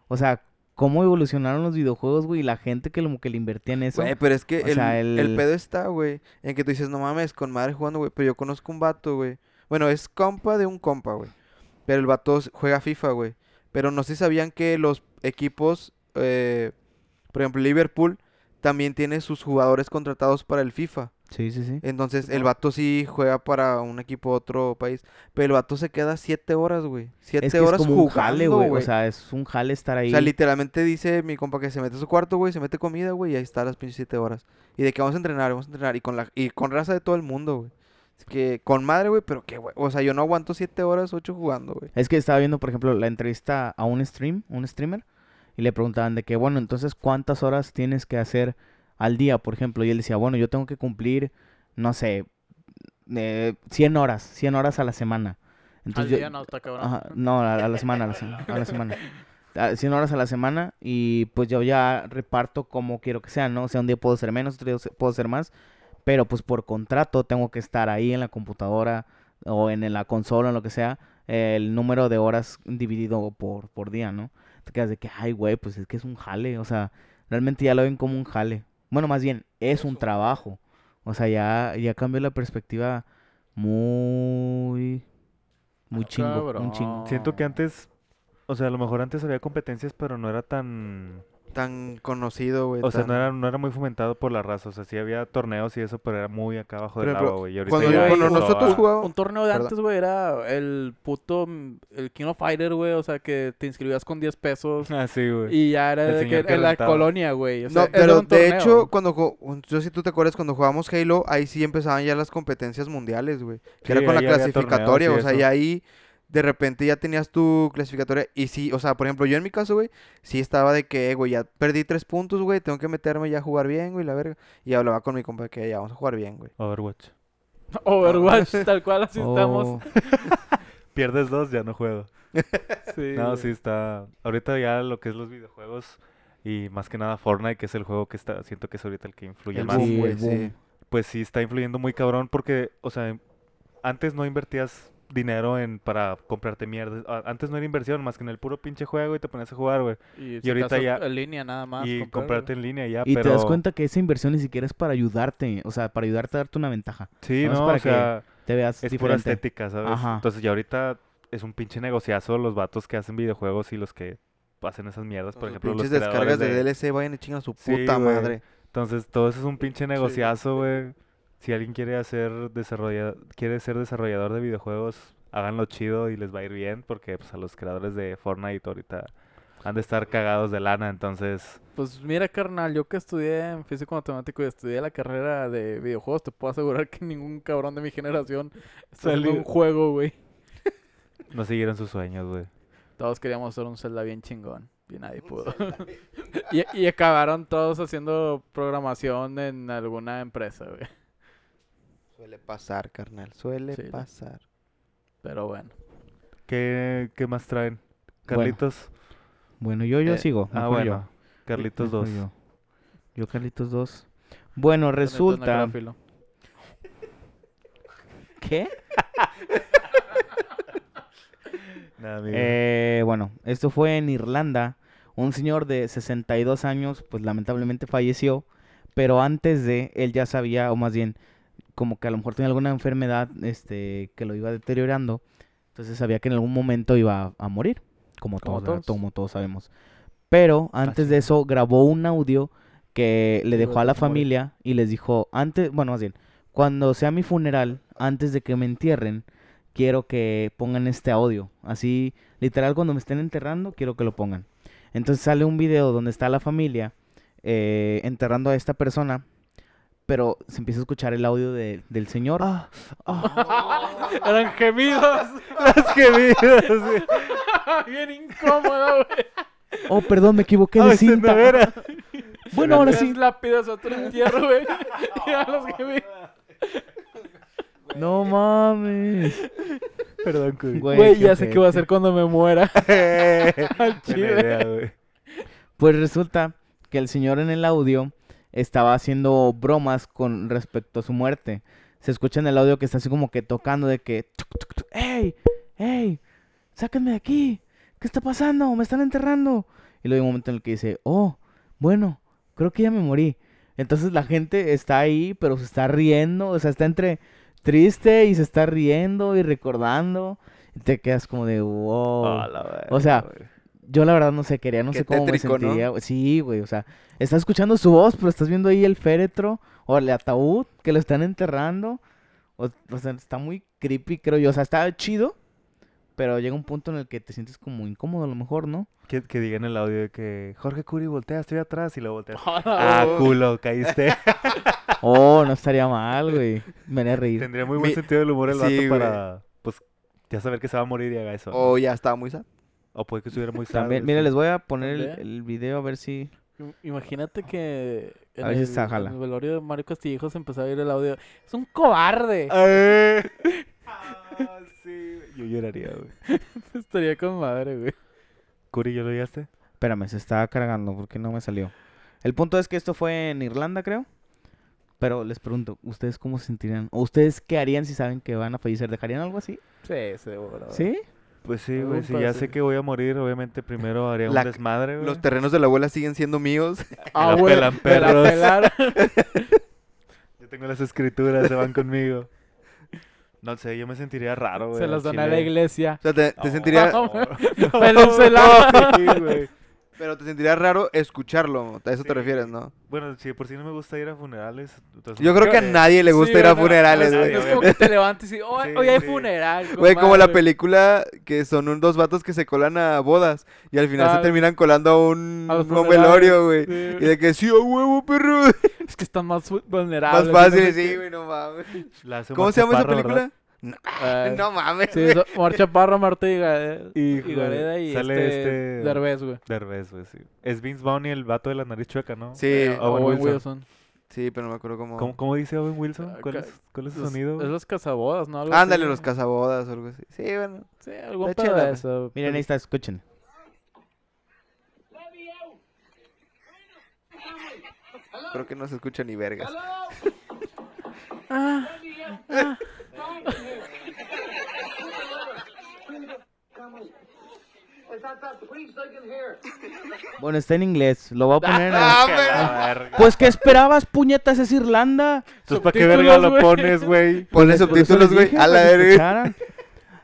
Speaker 4: O sea, cómo evolucionaron los videojuegos, güey, y la gente que, como que le invertía en eso.
Speaker 3: Güey, pero es que
Speaker 4: o
Speaker 3: el,
Speaker 4: sea,
Speaker 3: el
Speaker 4: el-
Speaker 3: pedo está, güey, en que tú dices, no mames, con madre jugando, güey, pero yo conozco un vato, güey. Bueno, es compa de un compa, güey. Pero el vato s- juega FIFA, güey. Pero no sé si sabían que los equipos, eh, por ejemplo, Liverpool, también tiene sus jugadores contratados para el FIFA.
Speaker 4: Sí, sí, sí.
Speaker 3: Entonces, el vato sí juega para un equipo de otro país. Pero el vato se queda siete horas, güey. Siete
Speaker 4: Es que es
Speaker 3: horas
Speaker 4: como un jale,
Speaker 3: jugando,
Speaker 4: güey.
Speaker 3: güey.
Speaker 4: O sea, es un jale estar ahí.
Speaker 3: O sea, literalmente dice mi compa que se mete a su cuarto, güey, se mete comida, güey, y ahí está a las pinches 7 horas. Y de que vamos a entrenar, vamos a entrenar. Y con, la, y con raza de todo el mundo, güey. Es que con madre, güey, pero qué, güey. O sea, yo no aguanto 7 horas, 8 jugando, güey.
Speaker 4: Es que estaba viendo, por ejemplo, la entrevista a un stream, un streamer, y le preguntaban de que, bueno, entonces, ¿cuántas horas tienes que hacer al día, por ejemplo? Y él decía, bueno, yo tengo que cumplir, no sé, eh, 100 horas, 100 horas a la semana.
Speaker 1: Al
Speaker 4: Entonces, yo-
Speaker 1: día no, está cabrón.
Speaker 4: Ajá, no, a, a la semana, a la, se- a la semana. A- 100 horas a la semana y pues yo ya reparto como quiero que sea, ¿no? O sea, un día puedo ser menos, otro día se- puedo ser más, pero pues por contrato tengo que estar ahí en la computadora o en la consola o lo que sea, el número de horas dividido por, por día, ¿no? Te quedas de que, ay, güey, pues es que es un jale, o sea, realmente ya lo ven como un jale. Bueno, más bien, es un trabajo. O sea, ya, ya cambió la perspectiva muy... Muy
Speaker 1: Ah,
Speaker 4: chingo, un chingo.
Speaker 2: Siento que
Speaker 1: No.
Speaker 2: antes, o sea, a lo mejor antes había competencias, pero no era tan...
Speaker 3: Tan conocido, güey.
Speaker 2: O sea, no
Speaker 3: tan-
Speaker 2: era, no era muy fomentado por la raza. O sea, sí había torneos y eso, pero era muy acá abajo
Speaker 3: Por
Speaker 2: del
Speaker 3: ejemplo,
Speaker 2: agua, güey. Y ahorita
Speaker 3: Cuando,
Speaker 2: ya
Speaker 1: güey,
Speaker 3: cuando
Speaker 2: empezó
Speaker 3: nosotros
Speaker 2: a-
Speaker 1: Un
Speaker 3: jugábamos...
Speaker 1: torneo de
Speaker 3: Perdón.
Speaker 1: antes, güey, era el puto, mm, el King of Fighter, güey, o sea, que te inscribías con 10 pesos
Speaker 2: [LAUGHS] Ah, sí, güey.
Speaker 1: y ya era
Speaker 2: El
Speaker 1: de que
Speaker 2: señor que
Speaker 1: en la
Speaker 2: rentaba.
Speaker 1: colonia, güey. o sea,
Speaker 3: No,
Speaker 1: era
Speaker 3: pero
Speaker 1: un [LAUGHS]
Speaker 3: de
Speaker 1: torneo.
Speaker 3: hecho, cuando ju- yo si tú te acuerdas, cuando jugábamos Halo, ahí sí empezaban ya las competencias mundiales, güey. Que era
Speaker 2: Sí,
Speaker 3: con la
Speaker 2: ahí había torneos
Speaker 3: clasificatoria,
Speaker 2: y
Speaker 3: o sea,
Speaker 2: eso.
Speaker 3: y ahí de repente ya tenías tu clasificatoria. Y sí, o sea, por ejemplo, yo en mi caso, güey, sí estaba de que, güey, ya perdí tres puntos, güey, tengo que meterme ya a jugar bien, güey, la verga. Y hablaba con mi compa que ya vamos a jugar bien, güey.
Speaker 2: Overwatch.
Speaker 3: [LAUGHS]
Speaker 1: Overwatch, tal cual así
Speaker 4: Oh.
Speaker 1: estamos.
Speaker 2: Pierdes dos, ya no juego.
Speaker 1: Sí,
Speaker 2: No,
Speaker 1: güey.
Speaker 2: sí está. Ahorita ya lo que es los videojuegos y más que nada Fortnite, que es el juego que está, siento que es ahorita el que influye
Speaker 3: El
Speaker 2: más.
Speaker 3: boom,
Speaker 4: Sí,
Speaker 3: güey,
Speaker 4: el
Speaker 3: sí.
Speaker 4: boom.
Speaker 2: Pues sí está influyendo muy cabrón porque, o sea, antes no invertías dinero en para comprarte mierda. A- Antes no era inversión, más que en el puro pinche juego y te ponías a jugar, güey.
Speaker 1: Y, si
Speaker 2: ahorita
Speaker 1: acaso
Speaker 2: ya-
Speaker 1: En línea nada más.
Speaker 2: y
Speaker 1: comprar,
Speaker 2: comprarte
Speaker 1: güey.
Speaker 2: en línea ya,
Speaker 4: Y
Speaker 2: pero
Speaker 4: te das cuenta que esa inversión ni siquiera es para ayudarte, o sea, para ayudarte a darte una ventaja.
Speaker 2: Sí,
Speaker 4: no, es
Speaker 2: no,
Speaker 4: para
Speaker 2: o
Speaker 4: que
Speaker 2: sea,
Speaker 4: Te veas
Speaker 2: es pura
Speaker 4: diferente.
Speaker 2: estética, ¿sabes?
Speaker 4: Ajá.
Speaker 2: Entonces ya ahorita es un pinche negociazo los vatos que hacen videojuegos y los que hacen esas mierdas, por
Speaker 3: Sus
Speaker 2: ejemplo, los
Speaker 3: pinches
Speaker 2: creadores
Speaker 3: descargas
Speaker 2: de-
Speaker 3: de, DLC, vayan y chingan a su
Speaker 2: Sí,
Speaker 3: puta
Speaker 2: güey.
Speaker 3: madre.
Speaker 2: Entonces, todo eso es un pinche negociazo, güey. Si alguien quiere hacer desarrolla- quiere ser desarrollador de videojuegos, háganlo chido y les va a ir bien, porque pues a los creadores de Fortnite ahorita han de estar cagados de lana, entonces
Speaker 1: Pues mira, carnal, yo que estudié en físico matemático y estudié la carrera de videojuegos, te puedo asegurar que ningún cabrón de mi generación está haciendo
Speaker 2: Salió.
Speaker 1: un juego, güey.
Speaker 2: no siguieron sus sueños, güey.
Speaker 1: Todos queríamos hacer un Zelda bien chingón. Y nadie pudo. [LAUGHS] y, y acabaron todos haciendo programación en alguna empresa, güey.
Speaker 3: Suele pasar, carnal, suele
Speaker 1: Sí, la-
Speaker 3: pasar.
Speaker 1: Pero bueno.
Speaker 2: ¿Qué, qué más traen?
Speaker 4: Bueno,
Speaker 2: Carlitos.
Speaker 4: Bueno, yo, yo
Speaker 2: Eh,
Speaker 4: sigo.
Speaker 2: ah,
Speaker 4: mejor yo,
Speaker 2: bueno. Carlitos
Speaker 4: mejor
Speaker 2: 2.
Speaker 4: Yo. Yo, Carlitos 2. Bueno,
Speaker 1: Carlitos
Speaker 3: [LAUGHS]
Speaker 4: resulta.
Speaker 1: Necrófilo.
Speaker 4: ¿Qué?
Speaker 2: Nada, amigo. [LAUGHS]
Speaker 4: Eh, bueno, esto fue en Irlanda. Un señor de 62 años, pues lamentablemente falleció, pero antes de él ya sabía, o más bien, como que a lo mejor tenía alguna enfermedad este, que lo iba deteriorando, entonces sabía que en algún momento iba a, a morir, como
Speaker 1: Como
Speaker 4: todos, ¿verdad?
Speaker 1: todos.
Speaker 4: como todos sabemos. Pero antes de eso grabó un audio que le
Speaker 1: Te
Speaker 4: dejó a la
Speaker 1: ibas a morir.
Speaker 4: familia y les dijo, antes, bueno, más bien, cuando sea mi funeral, antes de que me entierren, quiero que pongan este audio. Así, literal, cuando me estén enterrando, quiero que lo pongan. Entonces sale un video donde está la familia eh, enterrando a esta persona, pero se empieza a escuchar el audio de- del señor.
Speaker 1: [LAUGHS] Eran gemidos.
Speaker 2: Las gemidas, güey.
Speaker 1: Ah, bien incómodo, güey.
Speaker 4: Oh, perdón, me equivoqué
Speaker 2: [LAUGHS]
Speaker 4: de
Speaker 2: Ay, se me
Speaker 4: cinta. Ah,
Speaker 2: vera.
Speaker 4: Bueno, ahora sí.
Speaker 1: Tres lápidas, otro entierro, güey. [LAUGHS] y a los gemidos.
Speaker 4: [LAUGHS] No mames.
Speaker 2: Perdón, güey.
Speaker 1: Güey,
Speaker 4: qué
Speaker 1: ya sé qué voy a
Speaker 4: ojete.
Speaker 1: hacer cuando me muera. Al
Speaker 2: Buena
Speaker 1: chile.
Speaker 2: idea, güey.
Speaker 4: Pues resulta que el señor en el audio estaba haciendo bromas con respecto a su muerte. Se escucha en el audio que está así como que tocando de que... tuc, tuc, tuc, ¡Ey! ¡Ey! ¡Sáquenme de aquí! ¿qué está pasando? Me están enterrando. Y luego hay un momento en el que dice, oh, bueno, creo que ya me morí. Entonces la gente está ahí, pero se está riendo, o sea, está entre triste y se está riendo y recordando. Y te quedas como de, wow.
Speaker 2: Oh, A la verga,
Speaker 4: Oh. O sea,
Speaker 2: güey.
Speaker 4: Yo la verdad no sé, quería, no
Speaker 3: Qué
Speaker 4: sé cómo
Speaker 3: tétrico,
Speaker 4: me
Speaker 3: ¿no?
Speaker 4: sentiría. güey. Sí, güey, o sea, estás escuchando su voz, pero estás viendo ahí el féretro o el ataúd que lo están enterrando. O, o sea, está muy creepy, creo yo. O sea, está chido, pero llega un punto en el que te sientes como incómodo a lo
Speaker 3: [LAUGHS]
Speaker 4: mejor, ¿no?
Speaker 2: Que, que diga en el audio de que Jorge Curi voltea, estoy atrás y lo [LAUGHS] volteas.
Speaker 1: A la
Speaker 2: Ah,
Speaker 1: verga.
Speaker 2: culo, [LAUGHS] caíste.
Speaker 4: Oh, no estaría mal, güey. Me haría reír.
Speaker 2: Tendría muy buen
Speaker 3: Mi-
Speaker 2: sentido del humor el vato
Speaker 3: Sí, güey.
Speaker 2: para, pues, ya saber que se va a morir y haga eso. ¿no?
Speaker 3: O Oh, ya estaba muy sad.
Speaker 2: O puede que estuviera muy sad.
Speaker 4: También,
Speaker 2: güey,
Speaker 4: mira,
Speaker 2: sí.
Speaker 4: les voy a poner el,
Speaker 1: También.
Speaker 4: el video a ver si...
Speaker 1: Im- Imagínate que en
Speaker 4: A ver si
Speaker 1: el,
Speaker 4: está, jala.
Speaker 1: en el velorio de Mario Castillejo se empezó a oír el audio. ¡Es un cobarde!
Speaker 2: [LAUGHS] ¡Eh! Ah, sí, güey. Yo lloraría, güey.
Speaker 1: [LAUGHS] Estaría con madre, güey.
Speaker 2: Curi, ¿yo lo oíaste?
Speaker 4: Espérame, se está cargando porque no me salió. El punto es que esto fue en Irlanda, creo. Pero les pregunto, ¿ustedes cómo se sentirían? ¿O ustedes qué harían si saben que van a fallecer? ¿Dejarían algo así?
Speaker 1: Sí, seguro.
Speaker 4: ¿Sí?
Speaker 2: Pues sí,
Speaker 1: Algún
Speaker 2: güey. Si ya
Speaker 1: pase.
Speaker 2: sé que voy a morir, obviamente primero haría un
Speaker 3: La-
Speaker 2: desmadre, güey.
Speaker 3: Los terrenos de la abuela siguen siendo míos. [LAUGHS]
Speaker 1: Ah,
Speaker 2: la
Speaker 1: güey,
Speaker 2: pelan
Speaker 1: me la
Speaker 2: perros.
Speaker 1: pelaron.
Speaker 2: Yo tengo las escrituras, se van conmigo. No sé, yo me sentiría raro, güey.
Speaker 1: Se
Speaker 2: al
Speaker 1: los doné a la
Speaker 2: chile.
Speaker 3: [LAUGHS]
Speaker 1: iglesia.
Speaker 3: O sea, te, te
Speaker 2: No,
Speaker 3: sentiría,
Speaker 2: [LAUGHS]
Speaker 1: [LAUGHS]
Speaker 2: no, no,
Speaker 1: Pélansela.
Speaker 2: sí, güey.
Speaker 3: pero te sentiría raro escucharlo. A eso te
Speaker 2: Sí.
Speaker 3: refieres, ¿no?
Speaker 2: Bueno, si de por sí no me gusta ir a funerales. entonces-
Speaker 3: Yo creo que a
Speaker 1: Yo-
Speaker 3: nadie le gusta
Speaker 1: Sí,
Speaker 3: ir a
Speaker 1: no,
Speaker 3: funerales,
Speaker 1: no,
Speaker 2: güey.
Speaker 1: Es como que te levantes y, "Oh,
Speaker 2: Sí,
Speaker 1: hoy hay
Speaker 2: sí.
Speaker 1: funeral.
Speaker 3: Güey, como la
Speaker 1: comadre".
Speaker 3: película que son un- dos vatos que se colan a bodas y al final
Speaker 1: Ah,
Speaker 3: se terminan colando a un,
Speaker 1: a los
Speaker 3: un
Speaker 1: funerales,
Speaker 3: velorio, güey.
Speaker 1: sí.
Speaker 3: Y de que sí, a huevo, perro.
Speaker 1: Es que están más fu-
Speaker 3: [LAUGHS] Más
Speaker 1: vulnerables.
Speaker 3: fácil, sí, güey, no mames.
Speaker 2: La hace
Speaker 3: ¿Cómo
Speaker 2: Omar
Speaker 3: se llama esa
Speaker 2: Chaparro, ¿verdad?
Speaker 3: película?
Speaker 1: Eh,
Speaker 3: [LAUGHS] No mames.
Speaker 1: Sí, so- Omar Chaparro, Marta y Gareda y,
Speaker 2: Híjole,
Speaker 1: Gareda y
Speaker 2: sale
Speaker 1: este,
Speaker 2: este-
Speaker 1: Derbez, güey.
Speaker 2: Derbez, güey, sí. Es Vince Vaughn y el vato de la nariz chueca, ¿no?
Speaker 3: Sí,
Speaker 1: Eh,
Speaker 2: Owen
Speaker 1: Owen
Speaker 2: Wilson.
Speaker 1: Wilson.
Speaker 3: sí, pero no me acuerdo cómo.
Speaker 2: ¿Cómo, cómo dice Owen Wilson?
Speaker 1: Ah,
Speaker 2: ¿Cuál
Speaker 1: ca-
Speaker 2: es, cuál es su
Speaker 1: Los-
Speaker 2: sonido?
Speaker 1: Es
Speaker 2: güey?
Speaker 1: los cazabodas, ¿no? Algo así,
Speaker 3: Ándale,
Speaker 1: güey.
Speaker 3: los cazabodas o algo así. Sí, bueno.
Speaker 1: Sí, algún
Speaker 3: Está
Speaker 1: pedo
Speaker 3: chida,
Speaker 1: de
Speaker 3: güey.
Speaker 1: eso.
Speaker 4: Miren, ahí
Speaker 3: [LAUGHS]
Speaker 4: está, escuchen.
Speaker 3: Creo que no se escucha ni vergas.
Speaker 1: Ah,
Speaker 5: It's not that priest I can hear.
Speaker 4: Bueno, está en inglés, lo voy a poner en...
Speaker 3: Ah,
Speaker 2: Que
Speaker 3: pero-
Speaker 2: la verga.
Speaker 4: [LAUGHS] Pues, ¿qué esperabas, puñetas? Es Irlanda.
Speaker 2: Entonces, ¿para qué
Speaker 1: subtítulos,
Speaker 2: verga lo
Speaker 1: güey.
Speaker 2: pones,
Speaker 1: [LAUGHS]
Speaker 2: güey?
Speaker 3: Ponle
Speaker 4: Por eso les
Speaker 3: subtítulos, güey.
Speaker 4: dije,
Speaker 3: A la
Speaker 4: para que
Speaker 3: verga.
Speaker 4: escucharan.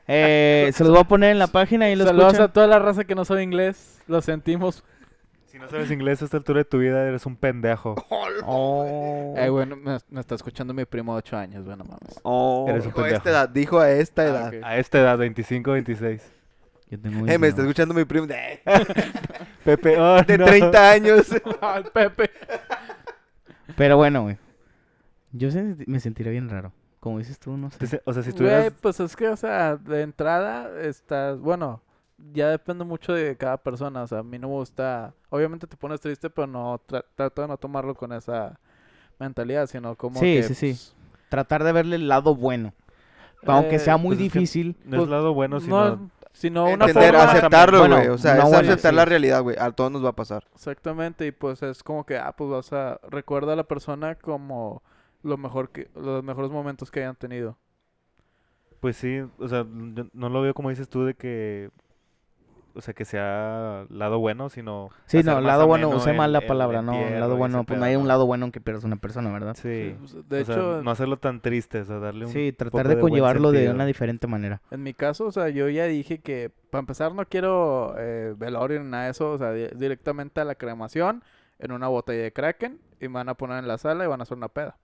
Speaker 4: Eh, se los voy a poner en la página y los
Speaker 1: saludos
Speaker 4: escuchan.
Speaker 1: a toda la raza que no sabe inglés. Lo sentimos.
Speaker 2: Si no sabes inglés a esta altura de tu vida, eres un pendejo.
Speaker 3: [LAUGHS]
Speaker 4: Oh.
Speaker 1: Eh, güey, no- me, me está escuchando mi primo de 8 años, güey, no [LAUGHS] mames.
Speaker 2: Eres un
Speaker 3: Dijo a
Speaker 2: pendejo.
Speaker 3: Oh, esta edad, dijo a esta
Speaker 1: Ah,
Speaker 3: edad.
Speaker 1: ok.
Speaker 2: A esta edad, 25, 26.
Speaker 4: Yo tengo
Speaker 3: Eh, me está
Speaker 4: 29.
Speaker 3: escuchando mi primo [LAUGHS] de,
Speaker 2: Pepe, oh,
Speaker 3: de
Speaker 2: no.
Speaker 1: [LAUGHS]
Speaker 3: 30 años.
Speaker 1: Ah, el Pepe.
Speaker 4: Pero bueno, güey. Yo senti- me sentiría bien raro. Como dices tú, no sé.
Speaker 2: Te se- O sea, si
Speaker 1: Güey,
Speaker 2: tuvieras...
Speaker 1: pues es que, o sea, de entrada estás, bueno, ya depende mucho de cada persona, o sea, a mí no me gusta, obviamente te pones triste, pero no, tra- trato de no tomarlo con esa mentalidad, sino como
Speaker 4: Sí,
Speaker 1: que,
Speaker 4: sí, sí.
Speaker 1: pues,
Speaker 4: tratar de verle el lado bueno. Aunque
Speaker 1: Eh,
Speaker 4: sea muy
Speaker 2: pues es que-
Speaker 4: difícil.
Speaker 2: No es
Speaker 1: pues,
Speaker 2: lado bueno,
Speaker 1: no,
Speaker 2: sino...
Speaker 1: sino una
Speaker 3: Entender,
Speaker 1: forma,
Speaker 2: aceptar.
Speaker 3: aceptarlo,
Speaker 4: Bueno,
Speaker 3: güey. O sea,
Speaker 4: una
Speaker 3: es
Speaker 4: buena,
Speaker 3: aceptar
Speaker 4: sí.
Speaker 3: la realidad, güey. A todos nos va a pasar.
Speaker 1: exactamente, y pues es como que, ah, pues vas a, recuerda a la persona como lo mejor que, los mejores momentos que hayan tenido.
Speaker 2: Pues sí, o sea, yo no lo veo como dices tú de que... O sea, que sea lado bueno, sino...
Speaker 4: Sí,
Speaker 2: hacer
Speaker 4: no,
Speaker 2: más
Speaker 4: lado bueno,
Speaker 2: ameno
Speaker 4: usé
Speaker 2: el-
Speaker 4: mal la
Speaker 2: el
Speaker 4: palabra, ¿no?
Speaker 2: entierro
Speaker 4: Lado
Speaker 2: y
Speaker 4: bueno,
Speaker 2: ese
Speaker 4: pues
Speaker 2: pedo,
Speaker 4: no hay un
Speaker 2: ¿no?
Speaker 4: lado bueno que pierdas una persona, ¿verdad?
Speaker 2: Sí.
Speaker 1: Pues, De
Speaker 2: O sea,
Speaker 1: hecho,
Speaker 2: no hacerlo tan triste, o sea, darle un
Speaker 4: Sí,
Speaker 2: poco
Speaker 4: tratar de
Speaker 2: buen
Speaker 4: conllevarlo de
Speaker 2: sentido.
Speaker 4: una diferente manera.
Speaker 1: En mi caso, o sea, yo ya dije que para empezar no quiero eh, velorio ni nada de eso, o sea, di- directamente a la cremación en una botella de Kraken y me van a poner en la sala y van a hacer una peda.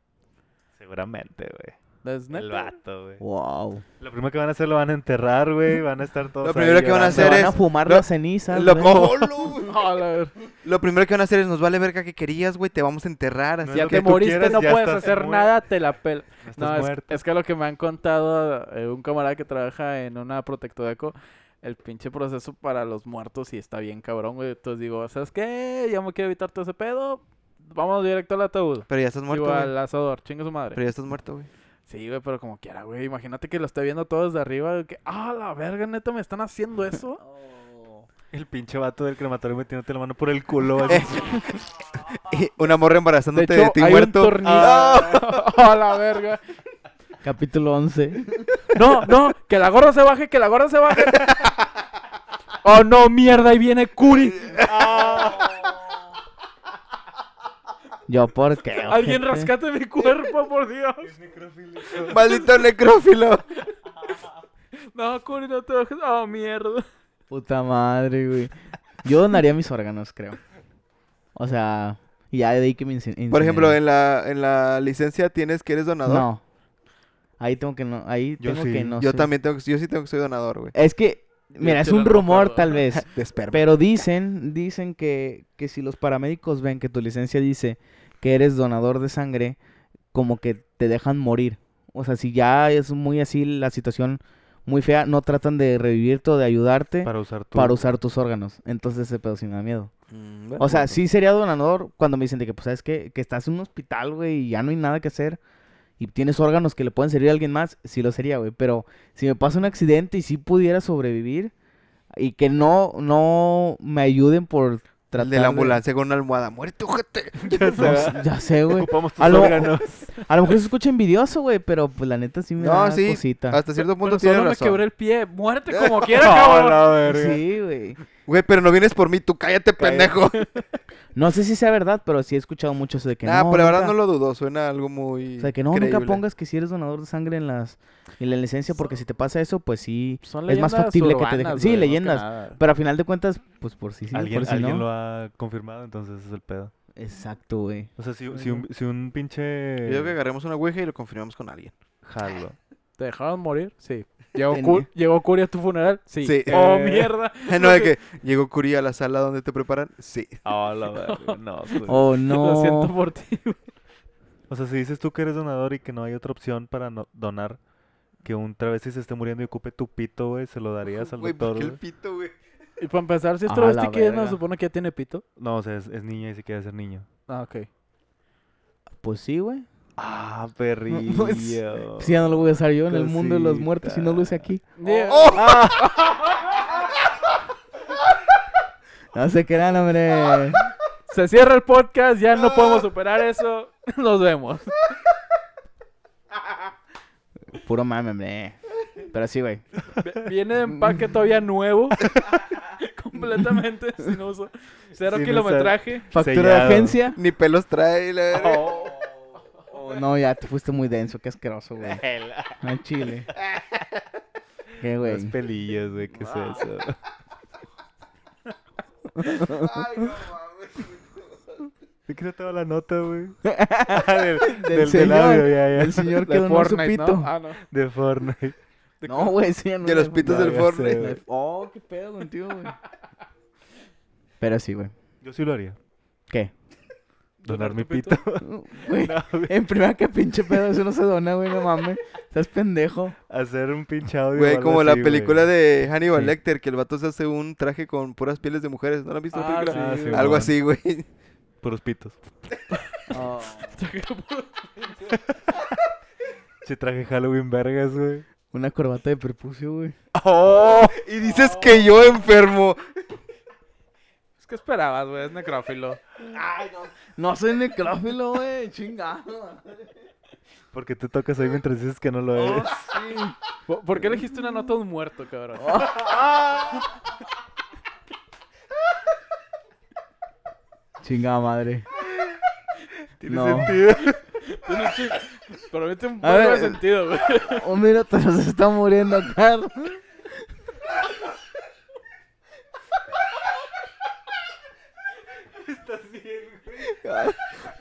Speaker 2: Seguramente, güey.
Speaker 1: ¿Es
Speaker 2: El
Speaker 1: neta?
Speaker 2: vato,
Speaker 4: Oh.
Speaker 2: güey.
Speaker 4: Wow.
Speaker 2: Lo primero que van a hacer lo van a enterrar,
Speaker 4: [LAUGHS]
Speaker 2: güey. Van a estar todos.
Speaker 3: Lo primero
Speaker 2: ahí
Speaker 3: que van a
Speaker 2: llorando.
Speaker 4: Se
Speaker 3: hacer
Speaker 4: van
Speaker 3: es-
Speaker 4: a fumar
Speaker 3: lo-
Speaker 4: las cenizas.
Speaker 3: Lo,
Speaker 1: [LAUGHS]
Speaker 4: güey.
Speaker 3: ¡Olo!
Speaker 1: No, la ver-
Speaker 3: Lo primero que van a hacer es nos vale verga que querías, güey. Te vamos a enterrar.
Speaker 2: No
Speaker 3: Así
Speaker 2: es
Speaker 1: ya
Speaker 2: lo
Speaker 1: que
Speaker 2: que tú
Speaker 1: moriste
Speaker 2: quieras,
Speaker 1: no
Speaker 2: ya
Speaker 1: puedes
Speaker 2: estás
Speaker 1: hacer
Speaker 2: muerto.
Speaker 1: nada, te la pela.
Speaker 2: No estás
Speaker 1: No, es,
Speaker 2: muerto.
Speaker 1: es que lo que me han contado eh, un camarada que trabaja en una protectodeco, el pinche proceso para los muertos y está bien cabrón, güey. Entonces digo, ¿sabes qué? Ya me quiero evitar todo ese pedo, vamos directo al ataúd.
Speaker 3: Pero ya estás muerto,
Speaker 1: Digo, al
Speaker 3: güey.
Speaker 1: asador, chinga su madre.
Speaker 3: Pero ya estás muerto, güey. [LAUGHS]
Speaker 1: Sí, güey, pero como quiera, güey. Imagínate que lo esté viendo todo desde arriba. de que, ah, la verga, neta, me están haciendo
Speaker 3: [LAUGHS]
Speaker 1: eso.
Speaker 2: El pinche vato del crematorio metiéndote la mano por el
Speaker 4: [LAUGHS]
Speaker 2: culo. así.
Speaker 3: Y Una morra
Speaker 1: De
Speaker 3: embarazándote de,
Speaker 1: hecho,
Speaker 3: ti
Speaker 1: hay
Speaker 3: muerto.
Speaker 1: un tornillo. [LAUGHS] Ah, la verga.
Speaker 4: [LAUGHS] Capítulo 11.
Speaker 3: [LAUGHS]
Speaker 1: No, no, que la gorra se baje, que la gorra se baje. ¡Oh, no, mierda! Ahí viene Curi.
Speaker 4: Yo, ¿por
Speaker 3: [LAUGHS]
Speaker 4: qué?
Speaker 1: Alguien
Speaker 4: ojete?
Speaker 1: rescate mi cuerpo, por Dios.
Speaker 3: [LAUGHS] Maldito necrófilo.
Speaker 1: No, Curi, no te bajes. ¡Oh, mierda!
Speaker 4: Puta madre, güey. Yo donaría mis órganos, creo. O sea, y ya de ahí que me inci-
Speaker 3: Por ejemplo,
Speaker 4: incineren.
Speaker 3: en la, en la licencia tienes que eres donador.
Speaker 4: No. Ahí tengo que no. Ahí
Speaker 2: Yo
Speaker 4: tengo
Speaker 2: sí.
Speaker 4: que no.
Speaker 3: yo
Speaker 4: ser.
Speaker 3: también tengo que, yo sí tengo que soy donador,
Speaker 4: [LAUGHS]
Speaker 3: güey.
Speaker 4: Es que, mira, es
Speaker 1: chela
Speaker 4: un
Speaker 1: no me
Speaker 4: rumor
Speaker 1: acuerdo.
Speaker 4: tal vez.
Speaker 3: De esperma.
Speaker 4: Pero dicen, dicen que, que si los paramédicos ven que tu licencia dice que eres donador de sangre, como que te dejan morir. O sea, si ya es muy así la situación muy fea, no tratan de revivirte o de ayudarte Eh, para,
Speaker 2: Para usar tu...
Speaker 4: usar tus órganos. Entonces ese pedo sí me da miedo.
Speaker 3: Mm, bueno,
Speaker 4: O sea,
Speaker 3: bueno.
Speaker 4: sí sería donador cuando me dicen de que, pues, ¿sabes qué? Que estás en un hospital, güey, y ya no hay nada que hacer. Y tienes órganos que le pueden servir a alguien más, sí lo sería, güey. Pero si me pasa un accidente y sí pudiera sobrevivir y que no, no me ayuden por tratar
Speaker 3: El de la ambulancia con una almohada. Muérete, ojete.
Speaker 2: [LAUGHS] Ya
Speaker 4: [LAUGHS] No [LAUGHS]
Speaker 2: sabes,
Speaker 4: sé, ya sé, güey.
Speaker 2: Ocupamos tus
Speaker 4: A lo- [LAUGHS]
Speaker 2: órganos.
Speaker 4: A lo mejor se escucha envidioso, güey, pero pues la neta sí me
Speaker 3: No,
Speaker 4: da
Speaker 3: sí,
Speaker 4: cosita.
Speaker 3: Hasta cierto punto
Speaker 1: Pero
Speaker 3: tienes
Speaker 1: solo me
Speaker 3: razón.
Speaker 1: quebré el pie.
Speaker 4: [LAUGHS]
Speaker 1: Muerte
Speaker 2: [LAUGHS]
Speaker 1: como quieras,
Speaker 2: No,
Speaker 1: cabrón.
Speaker 2: la verga.
Speaker 4: Sí, güey.
Speaker 3: Güey, pero no vienes por mí, tú cállate,
Speaker 2: Cállate.
Speaker 3: pendejo.
Speaker 4: No sé si sea verdad, pero sí he escuchado mucho eso
Speaker 3: [LAUGHS]
Speaker 4: de que
Speaker 3: Ah,
Speaker 4: no.
Speaker 3: pero la verdad
Speaker 4: nunca-
Speaker 3: no lo dudo, suena algo muy.
Speaker 4: O sea, que no,
Speaker 3: creíble.
Speaker 4: nunca pongas que si eres donador de sangre en las en la licencia, porque si te pasa eso, pues sí.
Speaker 1: Son
Speaker 4: Es más
Speaker 1: leyendas
Speaker 4: factible que te dejen-
Speaker 1: urbanas,
Speaker 4: sí,
Speaker 1: güey, más que
Speaker 4: leyendas.
Speaker 1: nada.
Speaker 4: Pero a final de cuentas, pues por si sí,
Speaker 2: Alguien,
Speaker 4: por si
Speaker 2: alguien
Speaker 4: no.
Speaker 2: lo ha confirmado, entonces ese es el pedo.
Speaker 4: Exacto, güey.
Speaker 2: O sea, si, si, un, si un
Speaker 3: Yo
Speaker 2: pinche...
Speaker 3: digo que agarremos una ouija y lo confirmamos con alguien.
Speaker 2: Jalo.
Speaker 1: ¿Te dejaron morir? Sí. ¿Llegó,
Speaker 4: Ten-
Speaker 1: Cu- ¿Llegó Curi a tu funeral? Sí.
Speaker 3: Sí.
Speaker 1: ¡Oh,
Speaker 2: Eh.
Speaker 1: [LAUGHS] mierda!
Speaker 3: [LAUGHS] no, de que llegó Curia a la sala donde te preparan. Sí.
Speaker 2: [LAUGHS] Ah, la [LAUGHS] verga, no, pues.
Speaker 1: [LAUGHS]
Speaker 4: Oh,
Speaker 1: Lo siento
Speaker 4: no.
Speaker 1: por ti.
Speaker 2: O sea, si dices tú que eres donador y que no hay otra opción para no- donar, que un travesti se esté muriendo y ocupe tu pito, güey, se lo darías al
Speaker 3: Güey, ¿por
Speaker 2: doctor.
Speaker 3: qué el
Speaker 2: güey?
Speaker 3: pito, güey?
Speaker 1: Y para empezar, si es
Speaker 4: A
Speaker 1: travesti
Speaker 4: la
Speaker 1: que no
Speaker 4: verga.
Speaker 1: se supone que ya tiene pito.
Speaker 2: No, o sea, es, es niña y se quiere ser niño.
Speaker 1: Ah, ok.
Speaker 4: Pues sí, güey.
Speaker 2: Ah, perrillo.
Speaker 4: [LAUGHS]
Speaker 2: Oh,
Speaker 4: Pues ya no lo voy a usar yo en el mundo de los muertos si no lo usé aquí. No se crean, hombre.
Speaker 1: Se cierra el podcast, ya
Speaker 4: Ah.
Speaker 1: no podemos superar eso. [LAUGHS] Nos vemos.
Speaker 4: Puro mame, hombre. Pero sí, güey.
Speaker 1: Viene de empaque todavía nuevo. [LAUGHS] Completamente sin uso. Cero
Speaker 2: Sin usar.
Speaker 1: kilometraje.
Speaker 4: Factura
Speaker 2: Sellado.
Speaker 4: de agencia.
Speaker 3: Ni pelos trae, la verga.
Speaker 4: Oh, no, ya te fuiste muy denso, qué asqueroso, güey. No, chile. Qué
Speaker 2: Los
Speaker 4: güey.
Speaker 2: pelillos, güey, ¿qué es eso?
Speaker 1: [LAUGHS]
Speaker 3: Ay, no mames.
Speaker 2: ¿De qué se te va la nota, güey? Ah, del, del, del
Speaker 4: señor,
Speaker 2: audio, ya,
Speaker 4: El
Speaker 2: ya.
Speaker 4: señor que
Speaker 1: De
Speaker 4: donó su
Speaker 1: Fortnite,
Speaker 4: pito.
Speaker 1: ¿no? Ah, no.
Speaker 2: De Fortnite.
Speaker 4: No, güey, sí, ya no
Speaker 3: De
Speaker 4: era
Speaker 3: los pitos
Speaker 2: No,
Speaker 3: del
Speaker 2: ya sé,
Speaker 3: Fortnite.
Speaker 2: güey.
Speaker 4: Oh, qué pedo contigo, güey. Pero sí, güey.
Speaker 2: Yo sí lo haría.
Speaker 4: ¿Qué?
Speaker 2: Donar
Speaker 1: ¿Donar
Speaker 2: mi
Speaker 1: tu pito?
Speaker 2: pito. [LAUGHS]
Speaker 4: Güey,
Speaker 2: No, güey.
Speaker 4: en primera que pinche pedo, eso no se dona, güey, no mames. Estás pendejo.
Speaker 2: Hacer un pinche audio. o
Speaker 3: Güey,
Speaker 2: algo
Speaker 3: como la
Speaker 2: así, güey.
Speaker 3: película de Hannibal
Speaker 2: Sí.
Speaker 3: Lecter, que el vato se hace un traje con puras pieles de mujeres. ¿No la han visto? la
Speaker 1: Ah,
Speaker 3: película?
Speaker 2: Ah,
Speaker 1: sí,
Speaker 2: sí,
Speaker 1: güey.
Speaker 3: Algo
Speaker 2: mamón.
Speaker 3: así, güey. [LAUGHS]
Speaker 2: Puros pitos. Che, traje Halloween vergas, güey.
Speaker 4: Una corbata de perpucio, güey.
Speaker 3: Y dices que yo enfermo.
Speaker 1: Es que esperabas, güey. Es necrófilo.
Speaker 4: No soy necrófilo, güey, chingado.
Speaker 2: Porque te tocas ahí mientras dices que no lo
Speaker 1: Oh. [LAUGHS]
Speaker 2: eres.
Speaker 1: ¿Por por qué elegiste una nota de un muerto, cabrón?
Speaker 4: Chingada madre.
Speaker 2: Tiene
Speaker 4: No.
Speaker 2: sentido.
Speaker 1: [LAUGHS] Tiene un chi- Pero mete un
Speaker 4: A
Speaker 1: poco de
Speaker 4: ver.
Speaker 1: sentido, [LAUGHS] güey.
Speaker 4: Oh, mira, te nos está muriendo, Carlos.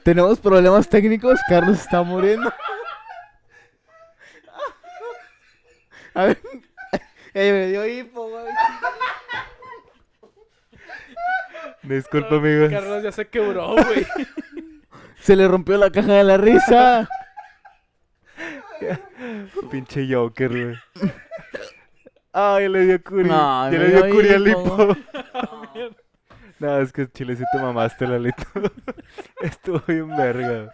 Speaker 4: Tenemos problemas técnicos, Carlos está muriendo. A ver. Ey, me dio hipo, güey.
Speaker 2: Disculpa, amigos.
Speaker 1: Carlos ya se quebró, güey.
Speaker 4: Se le rompió la caja de la risa.
Speaker 2: Pinche Joker, güey. Ay, le dio curi.
Speaker 4: No,
Speaker 2: ya
Speaker 4: me
Speaker 2: le dio
Speaker 4: dio
Speaker 2: curi al
Speaker 4: hipo.
Speaker 2: [LAUGHS] hipo. No, es que chile sí te mamaste, Lalito. [LAUGHS] Estuvo bien verga.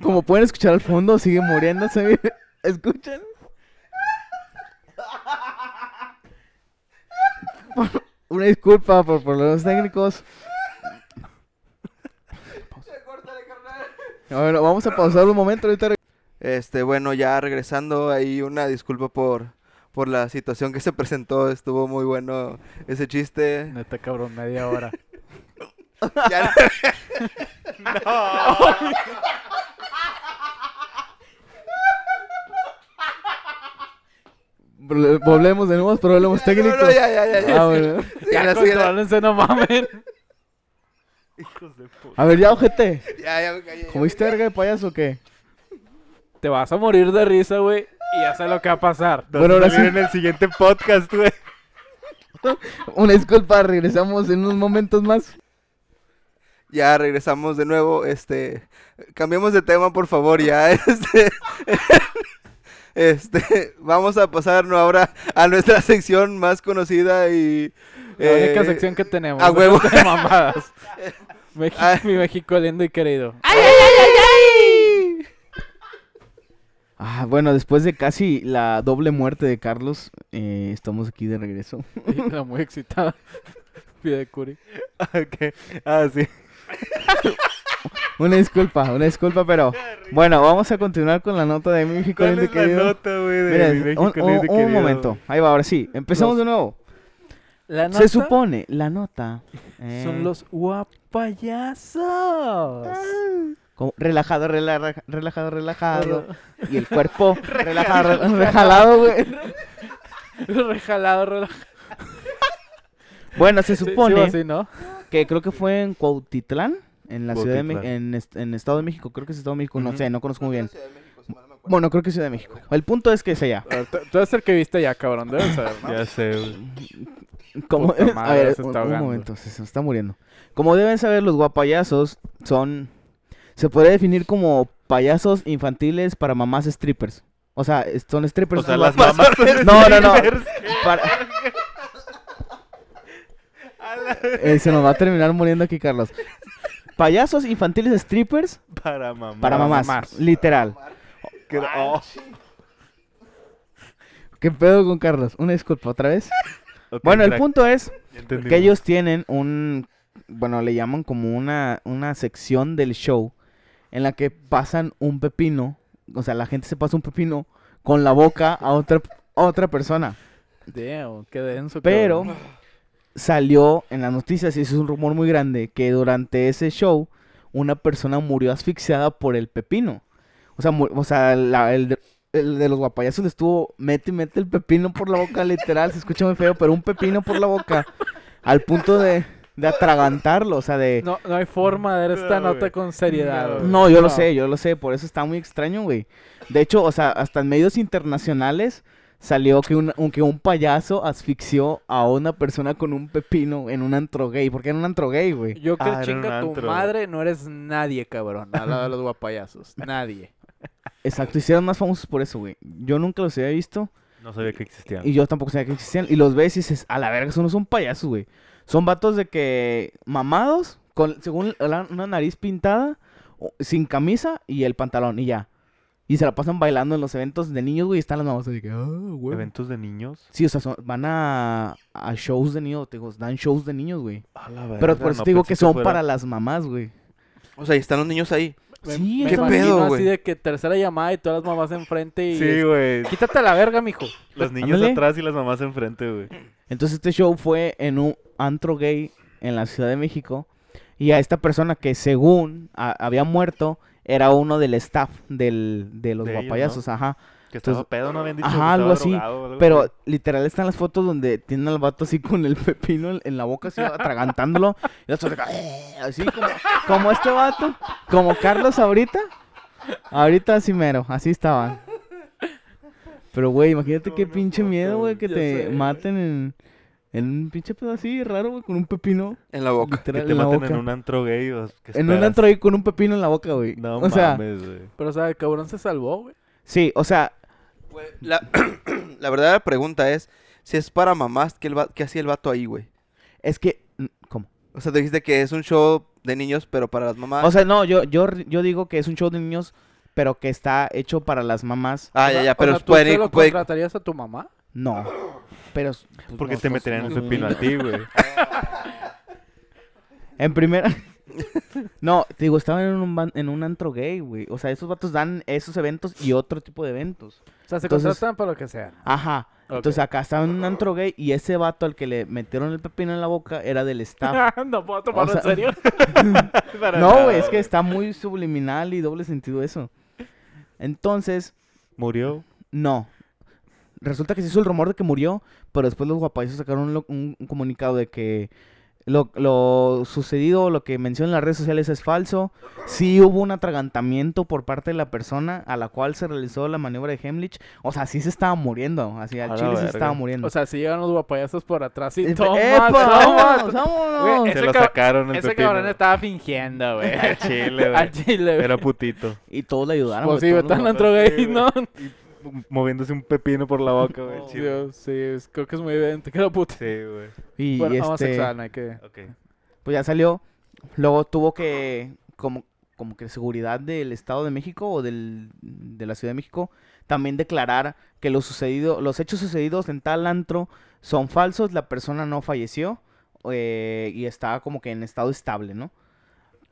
Speaker 4: Como pueden escuchar al fondo, sigue muriéndose. miren. ¿Escuchan? [LAUGHS] Por- Una disculpa por problemas técnicos. A ver, vamos a pausar un momento ahorita.
Speaker 3: Este, bueno, ya regresando ahí, una disculpa por, por la situación que se presentó. Estuvo muy bueno ese
Speaker 1: [LAUGHS]
Speaker 3: chiste.
Speaker 1: Neta, cabrón, media hora.
Speaker 3: Ya-
Speaker 4: Volvemos de nuevo, problemas
Speaker 3: no,
Speaker 4: técnicos.
Speaker 3: no, ya, ya, ya, ya,
Speaker 4: Ah,
Speaker 3: sí.
Speaker 4: bueno.
Speaker 3: Sí,
Speaker 1: [LAUGHS] ya,
Speaker 3: la señora-
Speaker 1: controlense, no mamen.
Speaker 4: A ver, ya, ojete.
Speaker 3: ya, ya me callé, ya.
Speaker 4: ¿Comiste verga de payaso o qué?
Speaker 1: Te vas a morir de risa, güey. Y ya sé lo que va a pasar.
Speaker 4: Bueno, ahora
Speaker 2: Vas a salir en el siguiente podcast,
Speaker 4: [LAUGHS]
Speaker 2: güey.
Speaker 4: Una disculpa, regresamos en unos momentos más.
Speaker 3: Ya regresamos de nuevo, este, cambiemos de tema por favor, ya, [LAUGHS] este, este, vamos a pasarnos ahora a nuestra sección más conocida y...
Speaker 1: La única
Speaker 3: eh,
Speaker 1: sección [LAUGHS] que tenemos.
Speaker 3: a
Speaker 1: son
Speaker 3: huevo.
Speaker 1: estas [LAUGHS] mamadas. Meji-
Speaker 3: Ah.
Speaker 1: Mi México lindo y querido.
Speaker 4: Ah, bueno, después de casi la doble muerte de Carlos, eh, estamos aquí de regreso.
Speaker 1: [LAUGHS] Y la muy excitada. [LAUGHS] Pide de Curi.
Speaker 2: Ok. Ah, sí.
Speaker 4: Una disculpa, una disculpa, pero bueno, vamos a continuar con la nota de México
Speaker 2: ¿Cuál
Speaker 4: lindo y
Speaker 2: es la
Speaker 4: querido.
Speaker 2: nota, güey, de
Speaker 4: Mira,
Speaker 2: mi México
Speaker 4: un,
Speaker 2: lindo y
Speaker 4: un- un
Speaker 2: querido?
Speaker 4: momento, ahí va, ahora sí, empezamos
Speaker 1: Los-
Speaker 4: de nuevo.
Speaker 1: La
Speaker 4: Se supone, la nota. eh,
Speaker 1: Son los guapayazos.
Speaker 4: como- relajado, relaja- relajado, relajado. y el
Speaker 1: [LAUGHS]
Speaker 4: cuerpo relajado, rela- rejalado, güey.
Speaker 1: Rejalado, relajado.
Speaker 4: Bueno, se
Speaker 1: Sí, sí,
Speaker 4: supone
Speaker 1: así, ¿no?
Speaker 4: que creo que fue en Cuautitlán, en la ciudad de México,
Speaker 2: Cuautitlán.
Speaker 4: en, est- en Estado de México, creo que es Estado de México, no
Speaker 1: Ujú.
Speaker 4: sé, no conozco muy bien.
Speaker 3: Ciudad de México, si mal no me acuerdo.
Speaker 4: Bueno, creo que es Ciudad de México. El punto es que es allá.
Speaker 1: Ah, Tú tú eres el que viste ya, cabrón. Debes saber, ¿no?
Speaker 2: Ya sé, güey.
Speaker 4: Como,
Speaker 1: Puta
Speaker 4: [LAUGHS] a
Speaker 1: madre,
Speaker 4: ver,
Speaker 1: se
Speaker 4: un,
Speaker 1: está
Speaker 4: un
Speaker 1: ahogando.
Speaker 4: momento, se, se está muriendo. Como deben saber, los guapayazos son... Se podría definir como payasos infantiles para mamás strippers. O sea, es- son strippers.
Speaker 2: O sea,
Speaker 4: son
Speaker 2: las
Speaker 4: guapas.
Speaker 2: mamás son
Speaker 4: [LAUGHS] No, no, no.
Speaker 2: strippers.
Speaker 4: Para- Eh, se nos va a terminar muriendo aquí, Carlos. Payasos infantiles strippers
Speaker 2: Para mamás.
Speaker 4: para mamás.
Speaker 1: mamás.
Speaker 4: Literal.
Speaker 2: Que- oh,
Speaker 4: ¿Qué pedo con Carlos? Una disculpa, otra vez.
Speaker 2: ok,
Speaker 4: Bueno, el
Speaker 2: crack,
Speaker 4: punto es
Speaker 2: ya entendimos.
Speaker 4: que ellos tienen un, bueno, le llaman como una, una sección del show en la que pasan un pepino, o sea, la gente se pasa un pepino con la boca a otra, a otra persona.
Speaker 1: Damn, qué denso.
Speaker 4: Pero
Speaker 1: cabrón.
Speaker 4: salió en las noticias, y eso es un rumor muy grande, que durante ese show una persona murió asfixiada por el pepino. O sea, mu- o sea la- el, de- el de los guapayazos le estuvo, mete y mete el pepino por la boca, literal, se escucha muy feo, pero un pepino por la boca, al punto de, de atragantarlo, o sea, de...
Speaker 1: No, no hay forma de ver esta
Speaker 2: No,
Speaker 1: nota
Speaker 2: güey.
Speaker 1: con seriedad.
Speaker 2: No,
Speaker 1: güey.
Speaker 4: eh, No, yo lo sé, yo lo sé, por eso está muy extraño, güey. De hecho, o sea, hasta en medios internacionales salió que un, un- que un payaso asfixió a una persona con un pepino en un antro gay. ¿Por qué en un antro gay, güey?
Speaker 1: Yo que
Speaker 2: Ah, era
Speaker 1: chinga
Speaker 2: un
Speaker 1: tu
Speaker 2: antro, güey.
Speaker 1: madre, no eres nadie, cabrón. Al lado de los guapayazos. Nadie.
Speaker 4: Exacto, hicieron más famosos por eso, güey. Yo nunca los había visto
Speaker 2: No sabía que existían.
Speaker 4: y yo tampoco sabía que existían. Y los ves y dices, a la verga, eso no son payasos, güey. Son vatos de que mamados, con, según la- una nariz pintada, o- sin camisa y el pantalón y ya. Y se la pasan bailando en los eventos de niños, güey, y están las mamás así que, ah, güey.
Speaker 2: ¿Eventos de niños?
Speaker 4: Sí, o sea, son- van a, a shows de niños, te digo, dan shows de niños, güey.
Speaker 2: A la verga,
Speaker 4: Pero por eso
Speaker 2: no
Speaker 4: te digo
Speaker 2: pensé
Speaker 4: que son
Speaker 2: fuera-
Speaker 4: para las mamás, güey.
Speaker 3: O sea, y están los niños ahí.
Speaker 1: Me-
Speaker 4: Sí,
Speaker 1: me
Speaker 3: ¿Qué
Speaker 1: imagino
Speaker 3: pedo,
Speaker 1: así
Speaker 3: güey?
Speaker 1: de que tercera llamada y todas las mamás enfrente y...
Speaker 2: Sí, güey.
Speaker 1: Quítate la verga, mijo.
Speaker 2: Los niños
Speaker 4: Ándale.
Speaker 2: atrás y las mamás enfrente, güey.
Speaker 4: Entonces este show fue en un antro gay en la Ciudad de México y a esta persona que según a- había muerto era uno del staff del, de los
Speaker 2: De ellos,
Speaker 4: guapayazos, ajá.
Speaker 2: Que estaba
Speaker 4: Entonces-
Speaker 2: pedo, no habían dicho que
Speaker 4: Ajá, algo
Speaker 2: estaba
Speaker 4: así,
Speaker 2: drogado o algo
Speaker 4: Pero
Speaker 2: así.
Speaker 4: literal están las fotos donde tienen al vato así con el [LAUGHS] pepino en- en la boca, así atragantándolo. y el otro acá, "Eh", así como, como este vato, como Carlos ahorita. Ahorita así mero, así estaban. Pero güey, imagínate qué pinche miedo, güey, que
Speaker 1: ya
Speaker 4: te
Speaker 1: sé, güey.
Speaker 4: maten en, en un pinche pedo así raro, güey, con un pepino
Speaker 3: En la boca.
Speaker 4: literal
Speaker 2: Que te
Speaker 4: en la
Speaker 2: maten
Speaker 4: boca.
Speaker 2: en un antro gay. o- ¿qué
Speaker 4: En un
Speaker 2: esperas?
Speaker 4: antro ahí con un pepino en la boca, güey.
Speaker 2: No
Speaker 4: o sea, pues,
Speaker 2: mames, güey.
Speaker 1: Pero, o sea, el cabrón se salvó, güey.
Speaker 4: sí, o sea,
Speaker 3: Güey, La, [CLEARS THROAT] la verdadera pregunta es, si es para mamás, ¿qué, el va- qué hacía el vato ahí, güey?
Speaker 4: es que ¿cómo?
Speaker 3: O sea, te dijiste que es un show de niños, pero para las mamás.
Speaker 4: O sea, no, yo, yo, yo digo que es un show de niños, pero que está hecho para las mamás.
Speaker 3: ah,
Speaker 1: O sea-
Speaker 3: ya, ya,
Speaker 1: o
Speaker 3: pero
Speaker 1: sea, ¿tú
Speaker 3: pueden
Speaker 1: se
Speaker 3: ir-
Speaker 1: lo
Speaker 3: puede-
Speaker 1: contratarías a tu mamá?
Speaker 4: No. Pero. pues,
Speaker 2: Porque
Speaker 4: no,
Speaker 2: te
Speaker 4: no,
Speaker 2: meterían
Speaker 4: no,
Speaker 2: el
Speaker 4: no,
Speaker 2: pepino
Speaker 4: no.
Speaker 2: a ti, güey.
Speaker 4: En primera. [LAUGHS] No, te digo, estaban en un, ban- en un antro gay, güey. O sea, esos vatos dan esos eventos y otro tipo de eventos.
Speaker 1: O sea, se
Speaker 4: Entonces-
Speaker 1: contratan para lo que sea.
Speaker 4: Ajá. Entonces
Speaker 1: Ok.
Speaker 4: acá estaba en un antro gay y ese vato al que le metieron el pepino en la boca era del staff.
Speaker 1: no puedo tomarlo
Speaker 4: sea-
Speaker 1: en [LAUGHS] serio. [LAUGHS] Para
Speaker 4: no,
Speaker 1: nada,
Speaker 4: güey, es que está muy subliminal y doble sentido eso. Entonces,
Speaker 1: [LAUGHS]
Speaker 2: Murió.
Speaker 4: No. Resulta que se hizo el rumor de que murió, pero después los guapayos sacaron un, lo- un- un comunicado de que lo, lo sucedido, lo que menciona en las redes sociales es falso. Sí hubo un atragantamiento por parte de la persona a la cual se realizó la maniobra de Hemlich. O sea, sí se estaba muriendo. Así
Speaker 2: A
Speaker 4: al
Speaker 2: la
Speaker 4: chile se
Speaker 2: verga.
Speaker 4: estaba muriendo.
Speaker 1: O sea, si llegan los guapayazos por atrás y
Speaker 4: Espe-
Speaker 1: toma,
Speaker 4: ¡Epa!
Speaker 1: toma, Güey,
Speaker 4: ¡Vámonos, vámonos!
Speaker 1: Ese
Speaker 2: Se lo
Speaker 1: cab-
Speaker 2: sacaron el
Speaker 1: Ese
Speaker 2: pepino.
Speaker 1: cabrón estaba fingiendo, [LAUGHS]
Speaker 2: [LAUGHS]
Speaker 1: güey.
Speaker 2: Al
Speaker 4: [LAUGHS]
Speaker 2: chile, güey.
Speaker 1: Al chile, güey.
Speaker 2: Era putito.
Speaker 4: Y todos le ayudaron.
Speaker 1: Pues
Speaker 4: güey,
Speaker 1: sí,
Speaker 4: todos
Speaker 1: güey,
Speaker 4: los
Speaker 1: tan
Speaker 4: guapayos.
Speaker 1: antro gay, ¿no?
Speaker 2: Moviéndose un pepino por la boca, güey.
Speaker 4: Oh.
Speaker 2: Sí, güey.
Speaker 1: Dios, sí, es- creo que es muy evidente que era puto.
Speaker 2: Sí, güey.
Speaker 4: Y
Speaker 1: bueno,
Speaker 4: este...
Speaker 1: homosexual, no hay que...
Speaker 2: Ok.
Speaker 4: pues ya salió. Luego tuvo que, como, como que seguridad del Estado de México o del, de la Ciudad de México, también declarar que lo sucedido, los hechos sucedidos en tal antro son falsos, la persona no falleció eh, y estaba como que en estado estable, ¿no?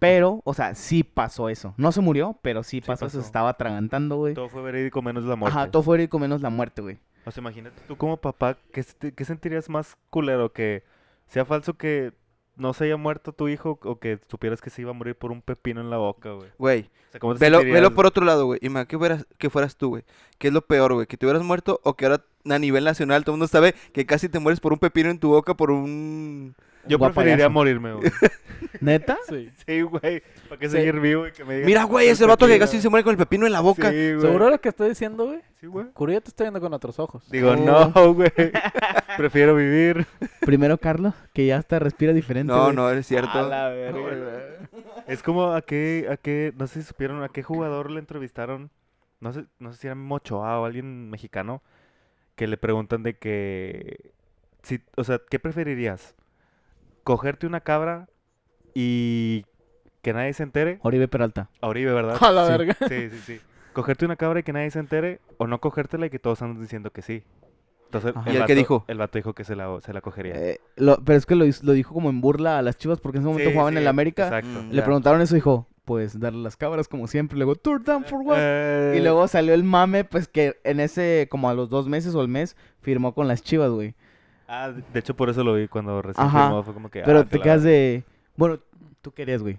Speaker 4: Pero, o sea, sí pasó eso. No se murió, pero sí pasó, se estaba atragantando, güey.
Speaker 2: Todo fue verídico menos la muerte.
Speaker 4: Ajá, todo fue con menos la muerte, güey.
Speaker 2: O sea, imagínate tú como papá, ¿qué, se- qué sentirías más culero? ¿Que sea falso que no se haya muerto tu hijo o que supieras que se iba a morir por un pepino en la boca, güey?
Speaker 3: Güey,
Speaker 2: O sea, ¿cómo te
Speaker 3: velo, velo
Speaker 2: sentirías,
Speaker 3: por otro lado, güey. Imagina que fueras, que fueras tú, güey. ¿Qué es lo peor, güey? ¿Que te hubieras muerto o que ahora a nivel nacional todo el mundo sabe que casi te mueres por un pepino en tu boca por un...
Speaker 2: Yo
Speaker 4: Guapayazo.
Speaker 2: preferiría morirme,
Speaker 3: [LAUGHS]
Speaker 2: güey.
Speaker 4: ¿Neta?
Speaker 1: [LAUGHS] Sí.
Speaker 2: Sí, güey. ¿Para qué seguir vivo y que me digan?
Speaker 3: Mira, güey, ese
Speaker 2: el
Speaker 3: vato que
Speaker 2: pepino.
Speaker 3: casi se muere con el pepino en la
Speaker 2: Sí,
Speaker 3: boca.
Speaker 2: güey.
Speaker 1: Seguro lo que estoy diciendo, güey.
Speaker 2: Sí, güey.
Speaker 1: Curio te está viendo con otros ojos.
Speaker 2: Digo,
Speaker 3: Oh.
Speaker 2: no,
Speaker 3: [LAUGHS]
Speaker 2: güey. Prefiero vivir.
Speaker 4: Primero, Carlos, que ya hasta respira diferente.
Speaker 3: No,
Speaker 4: güey.
Speaker 3: no, es cierto. [LAUGHS]
Speaker 2: Es como a qué, a qué, no sé si supieron, a qué jugador le entrevistaron, no sé, no sé si era Mochoa o alguien mexicano, que le preguntan de que, si, o sea, ¿qué preferirías? ¿Cogerte una cabra y que nadie se entere?
Speaker 4: Oribe Peralta.
Speaker 2: A Oribe, ¿verdad?
Speaker 4: [LAUGHS]
Speaker 1: A la
Speaker 2: Sí,
Speaker 1: verga.
Speaker 2: Sí, sí, sí. ¿Cogerte una cabra y que nadie se entere? ¿O no cogértela y que todos andan diciendo que sí? Entonces,
Speaker 4: Ajá.
Speaker 3: ¿Y el qué
Speaker 2: vato-
Speaker 3: dijo?
Speaker 2: El vato dijo que se la, se la cogería.
Speaker 4: Eh, lo- pero es que lo, hiz- lo dijo como en burla a las chivas porque en ese momento
Speaker 2: Sí,
Speaker 4: jugaban en
Speaker 2: sí,
Speaker 4: el América.
Speaker 2: Exacto.
Speaker 3: Mm,
Speaker 4: Le
Speaker 3: ya.
Speaker 4: preguntaron eso y dijo, pues darle las cabras como siempre. Luego, tour down for what?
Speaker 2: Eh,
Speaker 4: Mm. Y luego salió el mame, pues que en ese, como a los dos meses o el mes, firmó con las chivas, güey.
Speaker 2: Ah, de de hecho por eso lo vi cuando recién
Speaker 4: Ajá.
Speaker 2: firmó, fue como que...
Speaker 4: Pero
Speaker 2: ah, que
Speaker 4: te
Speaker 2: la
Speaker 4: quedas
Speaker 2: verga.
Speaker 4: de... Bueno, tú querías, güey.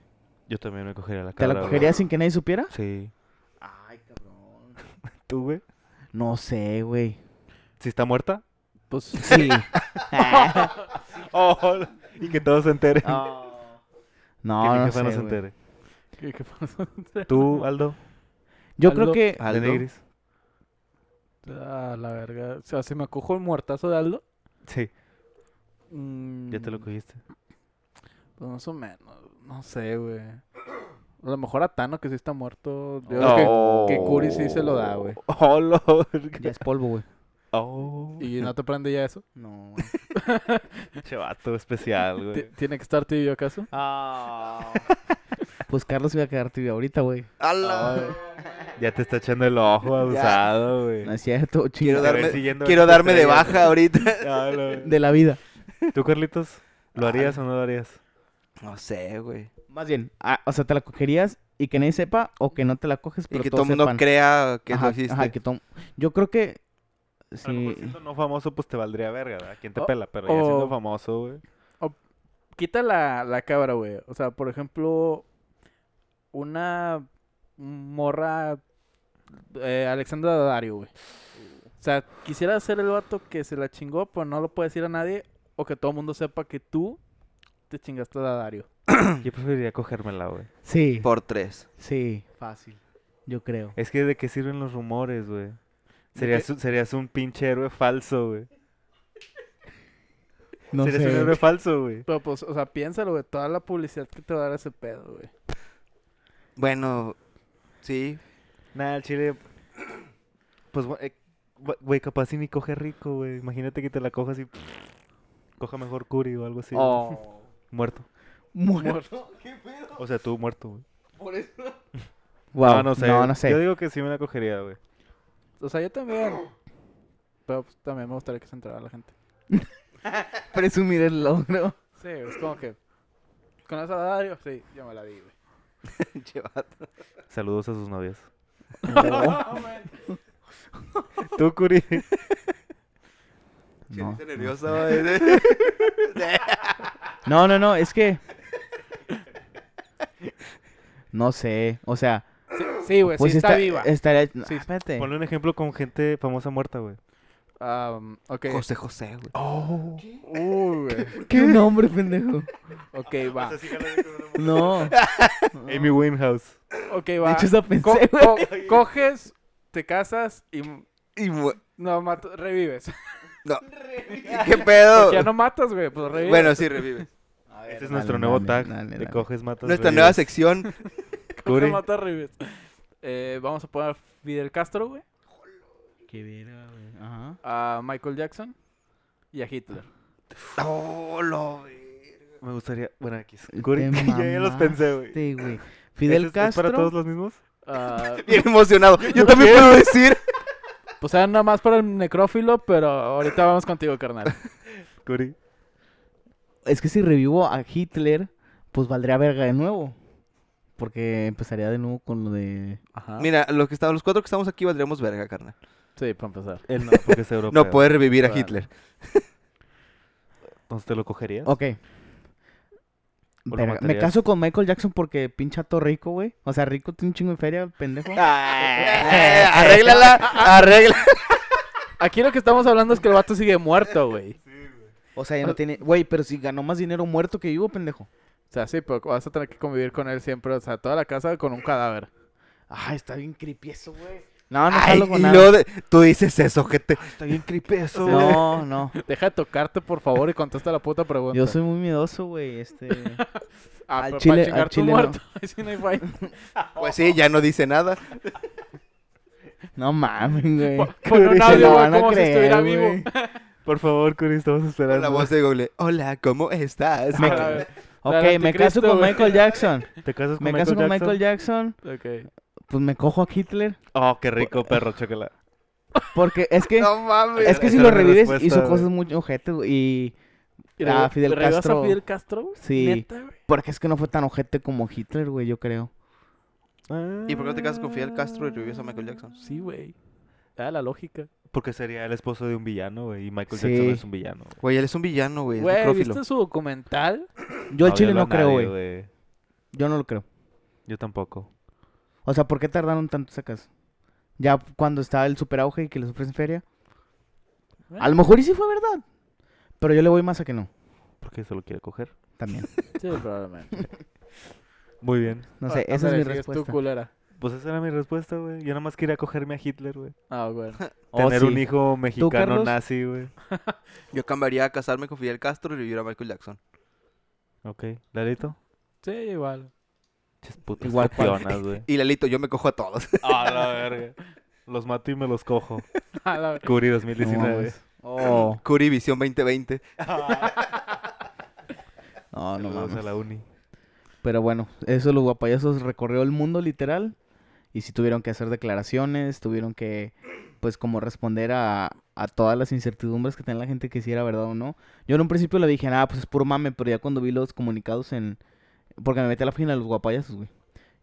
Speaker 2: Yo también me cogería la
Speaker 4: ¿Te
Speaker 2: cabra.
Speaker 4: la
Speaker 2: güey.
Speaker 4: cogerías sin que nadie supiera?
Speaker 2: Sí.
Speaker 4: Ay, cabrón.
Speaker 2: ¿Tú, güey?
Speaker 4: No sé, güey.
Speaker 2: ¿Si está muerta? [LAUGHS]
Speaker 1: Pues
Speaker 4: Sí.
Speaker 2: Oh, y que todos se enteren. [LAUGHS] que
Speaker 4: [LAUGHS] no,
Speaker 2: mi
Speaker 4: no
Speaker 2: jefa
Speaker 4: sé,
Speaker 2: no se
Speaker 4: güey.
Speaker 2: entere.
Speaker 1: [LAUGHS] ¿Qué, qué pasó?
Speaker 2: ¿Tú, Aldo?
Speaker 4: Yo
Speaker 1: Aldo-
Speaker 4: creo
Speaker 2: ¿De
Speaker 4: que...
Speaker 3: Aldo.
Speaker 2: Negris?
Speaker 1: Ah, la verga. O sea, si me cojo el muertazo de Aldo.
Speaker 2: Sí,
Speaker 1: mm,
Speaker 2: ya te lo cogiste.
Speaker 1: Pues más o menos. No sé, güey. A lo mejor a Tano, que sí está muerto. Yo creo
Speaker 2: Oh.
Speaker 1: que, que Curi sí se lo da, güey.
Speaker 2: [LAUGHS] Oh, la verga.
Speaker 4: Ya es polvo, güey.
Speaker 2: Oh,
Speaker 1: Y no te prende ya eso.
Speaker 4: No,
Speaker 2: che vato especial,
Speaker 4: [LAUGHS]
Speaker 1: Ti-
Speaker 2: güey.
Speaker 1: ¿Tiene que estar tibio acaso?
Speaker 4: Pues Carlos iba a quedar tibio ahorita, güey.
Speaker 3: ¡Ala!
Speaker 2: Ah. Ya te está echando el
Speaker 4: [LAUGHS]
Speaker 2: ojo abusado, güey.
Speaker 4: No es cierto,
Speaker 3: Quiero
Speaker 4: chinga.
Speaker 2: dar-
Speaker 3: darme,
Speaker 2: siguiendo
Speaker 3: quiero
Speaker 2: estas
Speaker 3: darme de
Speaker 2: estrellas.
Speaker 3: baja ahorita.
Speaker 2: [LAUGHS] Ah, la verga.
Speaker 4: De la vida.
Speaker 2: ¿Tú, Carlitos? ¿Lo harías o no lo harías?
Speaker 3: No sé, güey.
Speaker 4: Más bien, ah, o sea, te la cogerías y que nadie sepa o que no te la coges,
Speaker 3: Y
Speaker 4: pero
Speaker 3: que todo
Speaker 4: todos
Speaker 3: el mundo
Speaker 4: sepan.
Speaker 3: crea que
Speaker 4: Ajá,
Speaker 3: lo hiciste.
Speaker 4: ajá, que todo- Yo creo que
Speaker 2: A lo mejor
Speaker 4: sí.
Speaker 2: siendo no famoso, pues te valdría verga, ¿verdad? ¿Quién te
Speaker 1: O-
Speaker 2: pela? Pero ya siendo
Speaker 1: o-
Speaker 2: famoso, güey.
Speaker 1: Quita la, la cabra, güey. O sea, por ejemplo, una morra eh, Alexandra Dario, güey. O sea, quisiera ser el vato que se la chingó, pero no lo puede decir a nadie. O que todo el mundo sepa que tú te chingaste a Dario.
Speaker 2: [CLEARS THROAT] Yo preferiría cogérmela, güey.
Speaker 4: Sí,
Speaker 3: Por tres.
Speaker 4: sí, fácil. Yo creo.
Speaker 2: Es que de qué sirven los rumores, güey.
Speaker 1: ¿De
Speaker 2: Serías,
Speaker 1: qué?
Speaker 2: un- serías un pinche héroe falso, güey.
Speaker 4: No
Speaker 2: serías un
Speaker 4: sé.
Speaker 2: héroe falso, güey.
Speaker 1: Pero pues, o sea, piénsalo, güey. Toda la publicidad que te va a dar ese pedo, güey.
Speaker 3: Bueno, sí. [LAUGHS]
Speaker 2: Nada, el chile. Pues, güey, eh, gua- güey, capaz si ni coge rico, güey. Imagínate que te la cojas y. Coja mejor Curi o algo así. güey.
Speaker 4: Oh.
Speaker 1: Oh.
Speaker 2: Muerto.
Speaker 1: Muerto.
Speaker 2: O sea, tú muerto, güey. Ah,
Speaker 4: Wow,
Speaker 2: no, no sé.
Speaker 4: No, no sé.
Speaker 2: Yo digo que sí me la cogería, güey.
Speaker 1: O sea, yo también. Pero pues, también me gustaría que se enterara la gente.
Speaker 4: Presumir el logro.
Speaker 1: Sí, es como que. ¿Conoces a Dario? Sí, yo me la di, güey.
Speaker 3: Pinche vato.
Speaker 2: Saludos a sus novias.
Speaker 4: Tú, Curi.
Speaker 3: Che,
Speaker 4: No,
Speaker 3: dice
Speaker 4: [LAUGHS]
Speaker 3: nerviosa, güey.
Speaker 4: no, no, no, es que. No sé, o sea,
Speaker 1: [LAUGHS] Sí, sí, güey,
Speaker 4: pues
Speaker 1: sí está
Speaker 4: esta-
Speaker 1: viva.
Speaker 4: estaría- no,
Speaker 1: Sí,
Speaker 4: espérate.
Speaker 2: Ponle un ejemplo con gente famosa muerta, güey.
Speaker 1: Am, ok.
Speaker 3: José José, güey.
Speaker 1: Oh. Uy, güey.
Speaker 6: ¿Qué nombre, pendejo?
Speaker 1: Ok, va.
Speaker 2: [LAUGHS]
Speaker 6: No.
Speaker 2: Amy Winehouse.
Speaker 1: Ok, va.
Speaker 6: De hecho, esa pensé,
Speaker 1: Co-
Speaker 6: güey.
Speaker 1: co- coges, te casas y m-
Speaker 3: Y
Speaker 4: [LAUGHS]
Speaker 3: mu-
Speaker 1: no mato- revives.
Speaker 3: No. ¿Qué pedo?
Speaker 1: Porque ya no matas, güey, pues revives.
Speaker 3: Bueno, sí,
Speaker 4: [LAUGHS]
Speaker 3: revive.
Speaker 2: Ese Este es
Speaker 4: dale,
Speaker 2: nuestro nuevo
Speaker 4: dale,
Speaker 2: tag.
Speaker 4: dale,
Speaker 2: Te
Speaker 4: dale.
Speaker 2: coges, matas.
Speaker 3: Nuestra nueva
Speaker 2: revives.
Speaker 4: [LAUGHS]
Speaker 3: sección.
Speaker 1: Coges,
Speaker 2: [LAUGHS]
Speaker 1: [LAUGHS]
Speaker 2: Curi.
Speaker 1: matas, revives. Eh, vamos a poner a Fidel Castro, güey,
Speaker 4: Qué verga, güey. Ajá.
Speaker 1: a Michael Jackson y a Hitler.
Speaker 3: Oh, lo verga.
Speaker 2: Me gustaría. Bueno, aquí es.
Speaker 4: Te
Speaker 2: Curi, [LAUGHS] ya, ya los pensé, güey.
Speaker 4: Sí, güey.
Speaker 2: ¿Ese
Speaker 4: Fidel
Speaker 2: es- es
Speaker 4: Castro.
Speaker 2: para todos los mismos?
Speaker 1: Ah,
Speaker 3: Bien emocionado. Yo también puedo decir.
Speaker 1: pues era nada más para el necrófilo, pero ahorita vamos contigo, carnal.
Speaker 2: Curi.
Speaker 4: Es que si revivo a Hitler, pues valdría verga de nuevo. Porque empezaría de nuevo con lo de.
Speaker 1: Ajá.
Speaker 3: Mira, los, que estamos, los cuatro que estamos aquí valdríamos verga, carnal.
Speaker 1: Sí, para empezar.
Speaker 2: Él no, porque es europeo.
Speaker 3: No puede revivir a
Speaker 1: Claro.
Speaker 3: Hitler.
Speaker 2: Entonces te lo cogerías.
Speaker 4: Ok.
Speaker 2: lo
Speaker 4: Verga, me
Speaker 2: matarías?
Speaker 4: caso con Michael Jackson porque pincha todo rico, güey. O sea, rico tiene un chingo de feria, pendejo.
Speaker 3: Eh, arréglala, arréglala.
Speaker 1: Aquí lo que estamos hablando es que el vato sigue muerto, güey.
Speaker 4: O sea, ya no tiene. Güey, pero si ganó más dinero muerto que vivo, pendejo.
Speaker 1: O sea, sí, pero vas a tener que convivir con él siempre, o sea, toda la casa con un cadáver.
Speaker 4: Ay, Ah, está bien creepy eso, güey. No, no
Speaker 3: Ay,
Speaker 4: jalo con
Speaker 3: y
Speaker 4: nada.
Speaker 3: luego de- tú dices eso, que
Speaker 4: [LAUGHS]
Speaker 3: te...
Speaker 2: Está bien creepy [LAUGHS] eso,
Speaker 4: No, no.
Speaker 1: Deja de tocarte, por favor, y contesta la puta pregunta.
Speaker 4: Yo soy muy miedoso, güey. [LAUGHS] Este.
Speaker 1: Ah,
Speaker 4: al
Speaker 1: pero
Speaker 4: chile-
Speaker 1: para chingar
Speaker 4: al
Speaker 1: tu
Speaker 4: chile no.
Speaker 1: muerto. [LAUGHS] Ahí sí no hay falla.
Speaker 3: Pues sí, ya no dice
Speaker 4: [LAUGHS]
Speaker 3: nada.
Speaker 4: No mames, güey.
Speaker 1: Pon un
Speaker 4: [LAUGHS] Se
Speaker 1: audio,
Speaker 4: lo
Speaker 1: güey,
Speaker 4: van a
Speaker 1: como si estuviera
Speaker 4: creer,
Speaker 1: vivo.
Speaker 4: [LAUGHS] güey.
Speaker 2: Por favor, Curi, estamos esperando.
Speaker 3: Con la voz de Google. Hola, ¿cómo estás? [LAUGHS]
Speaker 1: Me-
Speaker 3: Ah,
Speaker 1: Del
Speaker 4: Ok, me caso
Speaker 1: anticristo,
Speaker 4: con
Speaker 1: güey.
Speaker 4: Michael [LAUGHS] Jackson.
Speaker 2: ¿Te casas con
Speaker 4: Me
Speaker 2: Michael
Speaker 4: caso con
Speaker 2: Jackson?
Speaker 4: Michael Jackson.
Speaker 1: Ok.
Speaker 4: Pues me cojo a Hitler.
Speaker 2: Oh, qué rico, perro, chócala.
Speaker 4: Porque es
Speaker 2: [LAUGHS]
Speaker 4: que.
Speaker 3: No mames.
Speaker 4: Es que
Speaker 2: Esa
Speaker 4: si
Speaker 2: era
Speaker 4: lo
Speaker 2: mi
Speaker 4: revives,
Speaker 2: respuesta,
Speaker 4: hizo
Speaker 2: güey.
Speaker 4: cosas muy ojete, güey. Y.
Speaker 1: ¿Y
Speaker 4: Ah,
Speaker 1: re-
Speaker 4: Fidel
Speaker 1: ¿regresas
Speaker 4: Castro.
Speaker 1: a Fidel Castro, güey?
Speaker 4: Sí.
Speaker 1: ¿Neta, güey?
Speaker 4: Porque es que no fue tan ojete como Hitler, güey, yo creo.
Speaker 3: ¿Y por qué no te casas con Fidel Castro y revives a Michael Jackson?
Speaker 1: Sí, güey. Ah, la lógica.
Speaker 2: Porque sería el esposo de un villano, güey. Y Michael
Speaker 4: Sí.
Speaker 2: Jackson es un villano. güey.
Speaker 3: Güey, él es un villano, güey. Es
Speaker 1: Güey,
Speaker 3: necrófilo.
Speaker 1: ¿viste su documental?
Speaker 4: Yo al chile
Speaker 2: viola
Speaker 4: no
Speaker 2: a
Speaker 4: creo,
Speaker 2: nadie,
Speaker 4: güey. Yo no lo creo.
Speaker 2: Yo tampoco.
Speaker 4: O sea, ¿por qué tardaron tanto sacas? Ya cuando estaba el super auge y que les ofrecen feria. A lo mejor y sí fue verdad. Pero yo le voy más a que no.
Speaker 2: Porque se lo quiere coger.
Speaker 4: También.
Speaker 1: Sí, probablemente.
Speaker 2: Muy bien. [LAUGHS]
Speaker 4: No sé, esa es mi respuesta.
Speaker 1: tu culera.
Speaker 2: Pues esa era mi respuesta, güey. Yo nada más quería cogerme a Hitler, güey.
Speaker 1: Ah, bueno.
Speaker 4: Oh,
Speaker 2: Tener
Speaker 4: sí.
Speaker 2: un hijo mexicano
Speaker 4: Carlos?
Speaker 2: nazi, güey.
Speaker 3: Yo cambiaría a casarme con Fidel Castro y revivir a Michael Jackson.
Speaker 2: Ok. Lalito.
Speaker 1: Sí, igual. [LAUGHS]
Speaker 2: Ches putas
Speaker 4: Igual, ¿cuál? Ah,
Speaker 2: copionas,
Speaker 4: [LAUGHS]
Speaker 2: güey.
Speaker 3: Y Lalito, yo me cojo a todos. [LAUGHS]
Speaker 2: A la verga. Los mato y me los cojo.
Speaker 1: A Ah, la-
Speaker 2: Curi
Speaker 4: No
Speaker 2: 2019.
Speaker 4: mames. Oh,
Speaker 3: Curi Visión 2020.
Speaker 4: no, no
Speaker 2: Saludos a
Speaker 4: mames.
Speaker 2: la uni.
Speaker 4: Pero bueno, eso los guapayasos recorrió el mundo literal. Y sí tuvieron que hacer declaraciones, tuvieron que, pues, como responder a, a todas las incertidumbres que tenía la gente que si era verdad o no. Yo en un principio le dije, nada, pues es puro mame, pero ya cuando vi los comunicados en... Porque me metí a la página de los guapayasos, güey.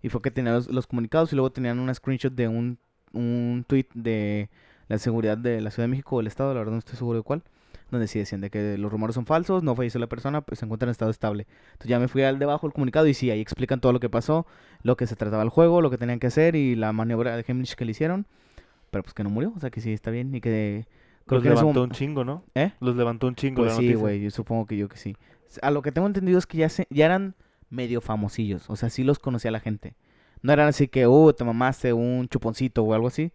Speaker 4: Y fue que tenían los, los comunicados y luego tenían una screenshot de un, un tweet de la seguridad de la Ciudad de México o del Estado, la verdad no estoy seguro de cuál. Donde sí decían de que los rumores son falsos, no falleció la persona, pues se encuentra en estado estable. Entonces ya me fui al debajo del comunicado y sí, ahí explican todo lo que pasó, lo que se trataba el juego, lo que tenían que hacer y la maniobra de Hemlich que le hicieron. Pero pues que no murió, o sea que sí está bien y que...
Speaker 2: Los
Speaker 4: que en ese
Speaker 2: levantó
Speaker 4: mom-
Speaker 2: un chingo, ¿no?
Speaker 4: ¿Eh?
Speaker 2: Los levantó un chingo
Speaker 4: Pues
Speaker 2: la
Speaker 4: sí,
Speaker 2: noticia.
Speaker 4: güey, yo supongo que yo que sí. S- A lo que tengo entendido es que ya, se, ya eran medio famosillos, o sea, sí los conocía la gente. No eran así que, uh, te mamaste un chuponcito o
Speaker 2: [LAUGHS]
Speaker 4: algo así.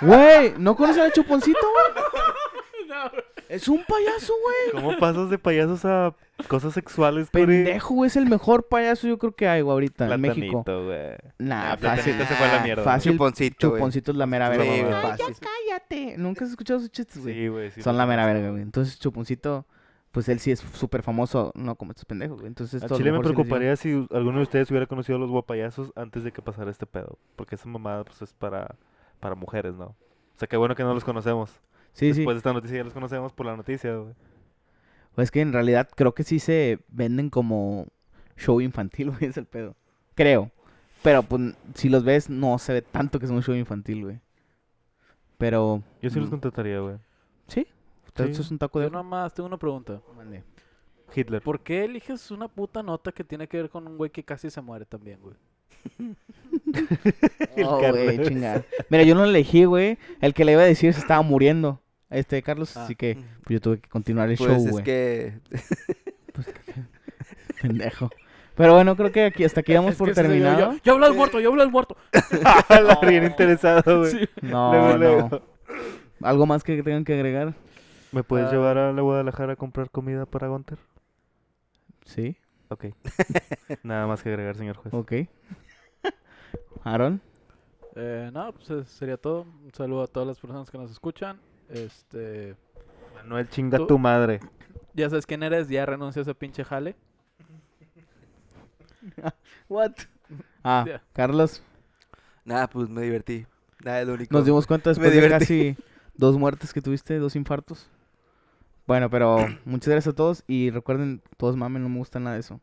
Speaker 4: Güey, ¿no conoces al chuponcito,
Speaker 2: [LAUGHS]
Speaker 4: güey? Es un payaso, güey.
Speaker 2: ¿Cómo pasas de payasos a cosas sexuales, Curi?
Speaker 4: Pendejo, güey, es el mejor payaso yo creo que hay, güey, ahorita en México.
Speaker 2: Platanito, güey.
Speaker 4: Nah,
Speaker 2: Ah,
Speaker 4: fácil.
Speaker 2: Platanito se fue a la mierda.
Speaker 4: Fácil.
Speaker 3: Chuponcito, güey.
Speaker 4: Ah, Chuponcito es la mera
Speaker 3: Sí,
Speaker 4: verga.
Speaker 3: güey,
Speaker 4: güey.
Speaker 3: fácil.
Speaker 4: Cállate. Nunca has escuchado sus chistes, güey.
Speaker 2: Sí, güey. sí
Speaker 4: Son
Speaker 2: lo
Speaker 4: la mera
Speaker 2: conozco.
Speaker 4: verga, güey. Entonces, Chuponcito, pues él sí es súper famoso, no como estos pendejos, güey. Entonces,
Speaker 2: A
Speaker 4: todo lo
Speaker 2: Chile me
Speaker 4: mejor sí les llega.
Speaker 2: preocuparía si u- alguno de ustedes hubiera conocido a los guapayazos antes de que pasara este pedo. Porque esa mamada pues, es para, para mujeres, ¿no? O sea, qué bueno que no los conocemos.
Speaker 4: Sí, sí.
Speaker 2: Después de esta noticia ya los conocemos por la noticia, güey.
Speaker 4: Pues que en realidad creo que sí se venden como show infantil, [LAUGHS] güey, es el pedo. Creo. Pero pues si los ves, no se ve tanto que es un show infantil, güey. Pero.
Speaker 2: Yo sí los
Speaker 4: mm,
Speaker 2: contrataría, güey.
Speaker 4: Sí. ¿Te
Speaker 2: Sí.
Speaker 4: haces un taco
Speaker 1: [LAUGHS]
Speaker 4: de
Speaker 1: Yo nada más tengo una pregunta.
Speaker 2: [LAUGHS]
Speaker 4: Mande.
Speaker 1: [LAUGHS]
Speaker 2: Hitler.
Speaker 1: ¿Por qué eliges una puta nota que tiene que ver con un güey que casi se muere también, güey?
Speaker 4: Oh, güey,
Speaker 2: Carlos.
Speaker 4: chingada. Mira, yo no lo elegí, güey. El que le iba a decir se estaba muriendo. Este Carlos,
Speaker 1: Ah.
Speaker 4: así que pues, yo tuve que continuar el
Speaker 3: Pues
Speaker 4: show,
Speaker 3: es
Speaker 4: güey.
Speaker 3: que
Speaker 4: [LAUGHS] Pendejo. Pero bueno, creo que aquí
Speaker 2: [LAUGHS]
Speaker 4: hasta aquí damos
Speaker 1: Es
Speaker 4: por
Speaker 1: que sí, yo- yo-
Speaker 4: terminado.
Speaker 1: Yo, hablo al muerto, yo hablo al muerto.
Speaker 2: la [LAUGHS] bien interesado, güey.
Speaker 1: Sí.
Speaker 4: Ah, No,
Speaker 2: Luego,
Speaker 4: no.
Speaker 2: luego.
Speaker 4: ¿Algo más que tengan que agregar?
Speaker 2: ¿Me puedes llevar a la Guadalajara a comprar comida para Gonter?
Speaker 4: Sí,
Speaker 2: Ok. [LAUGHS] Nada más que agregar, señor juez. [LAUGHS]
Speaker 4: ok. Aaron,
Speaker 1: Eh, no, pues eh, sería todo. Un saludo a todas las personas que nos escuchan. Este,
Speaker 2: Manuel, chinga
Speaker 1: Tú-
Speaker 2: tu madre.
Speaker 1: ya sabes quién eres, ya renuncia a ese pinche jale.
Speaker 4: What? Ah,
Speaker 1: Ya.
Speaker 4: Carlos,
Speaker 3: nada, pues me divertí. Nada, es lo único.
Speaker 4: nos dimos cuenta después de
Speaker 3: divertí.
Speaker 4: casi dos muertes que tuviste, dos infartos. Bueno, pero muchas gracias a todos y recuerden, todos mamen, no me gusta nada de eso.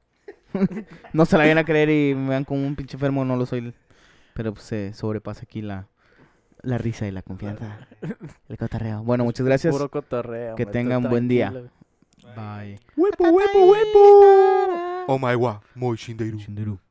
Speaker 4: [LAUGHS] no se la vayan a creer y me vean como un pinche enfermo, no lo soy. Pero pues se sobrepasa aquí la, la risa y la confianza. El cotarreo. Bueno, muchas gracias.
Speaker 1: Puro cotorreo.
Speaker 4: Que
Speaker 1: hombre, tú
Speaker 4: tengan buen día.
Speaker 1: tranquilo.
Speaker 4: Bye. Tá,
Speaker 3: Oh my wa, muy shinderu.
Speaker 4: Shinderu.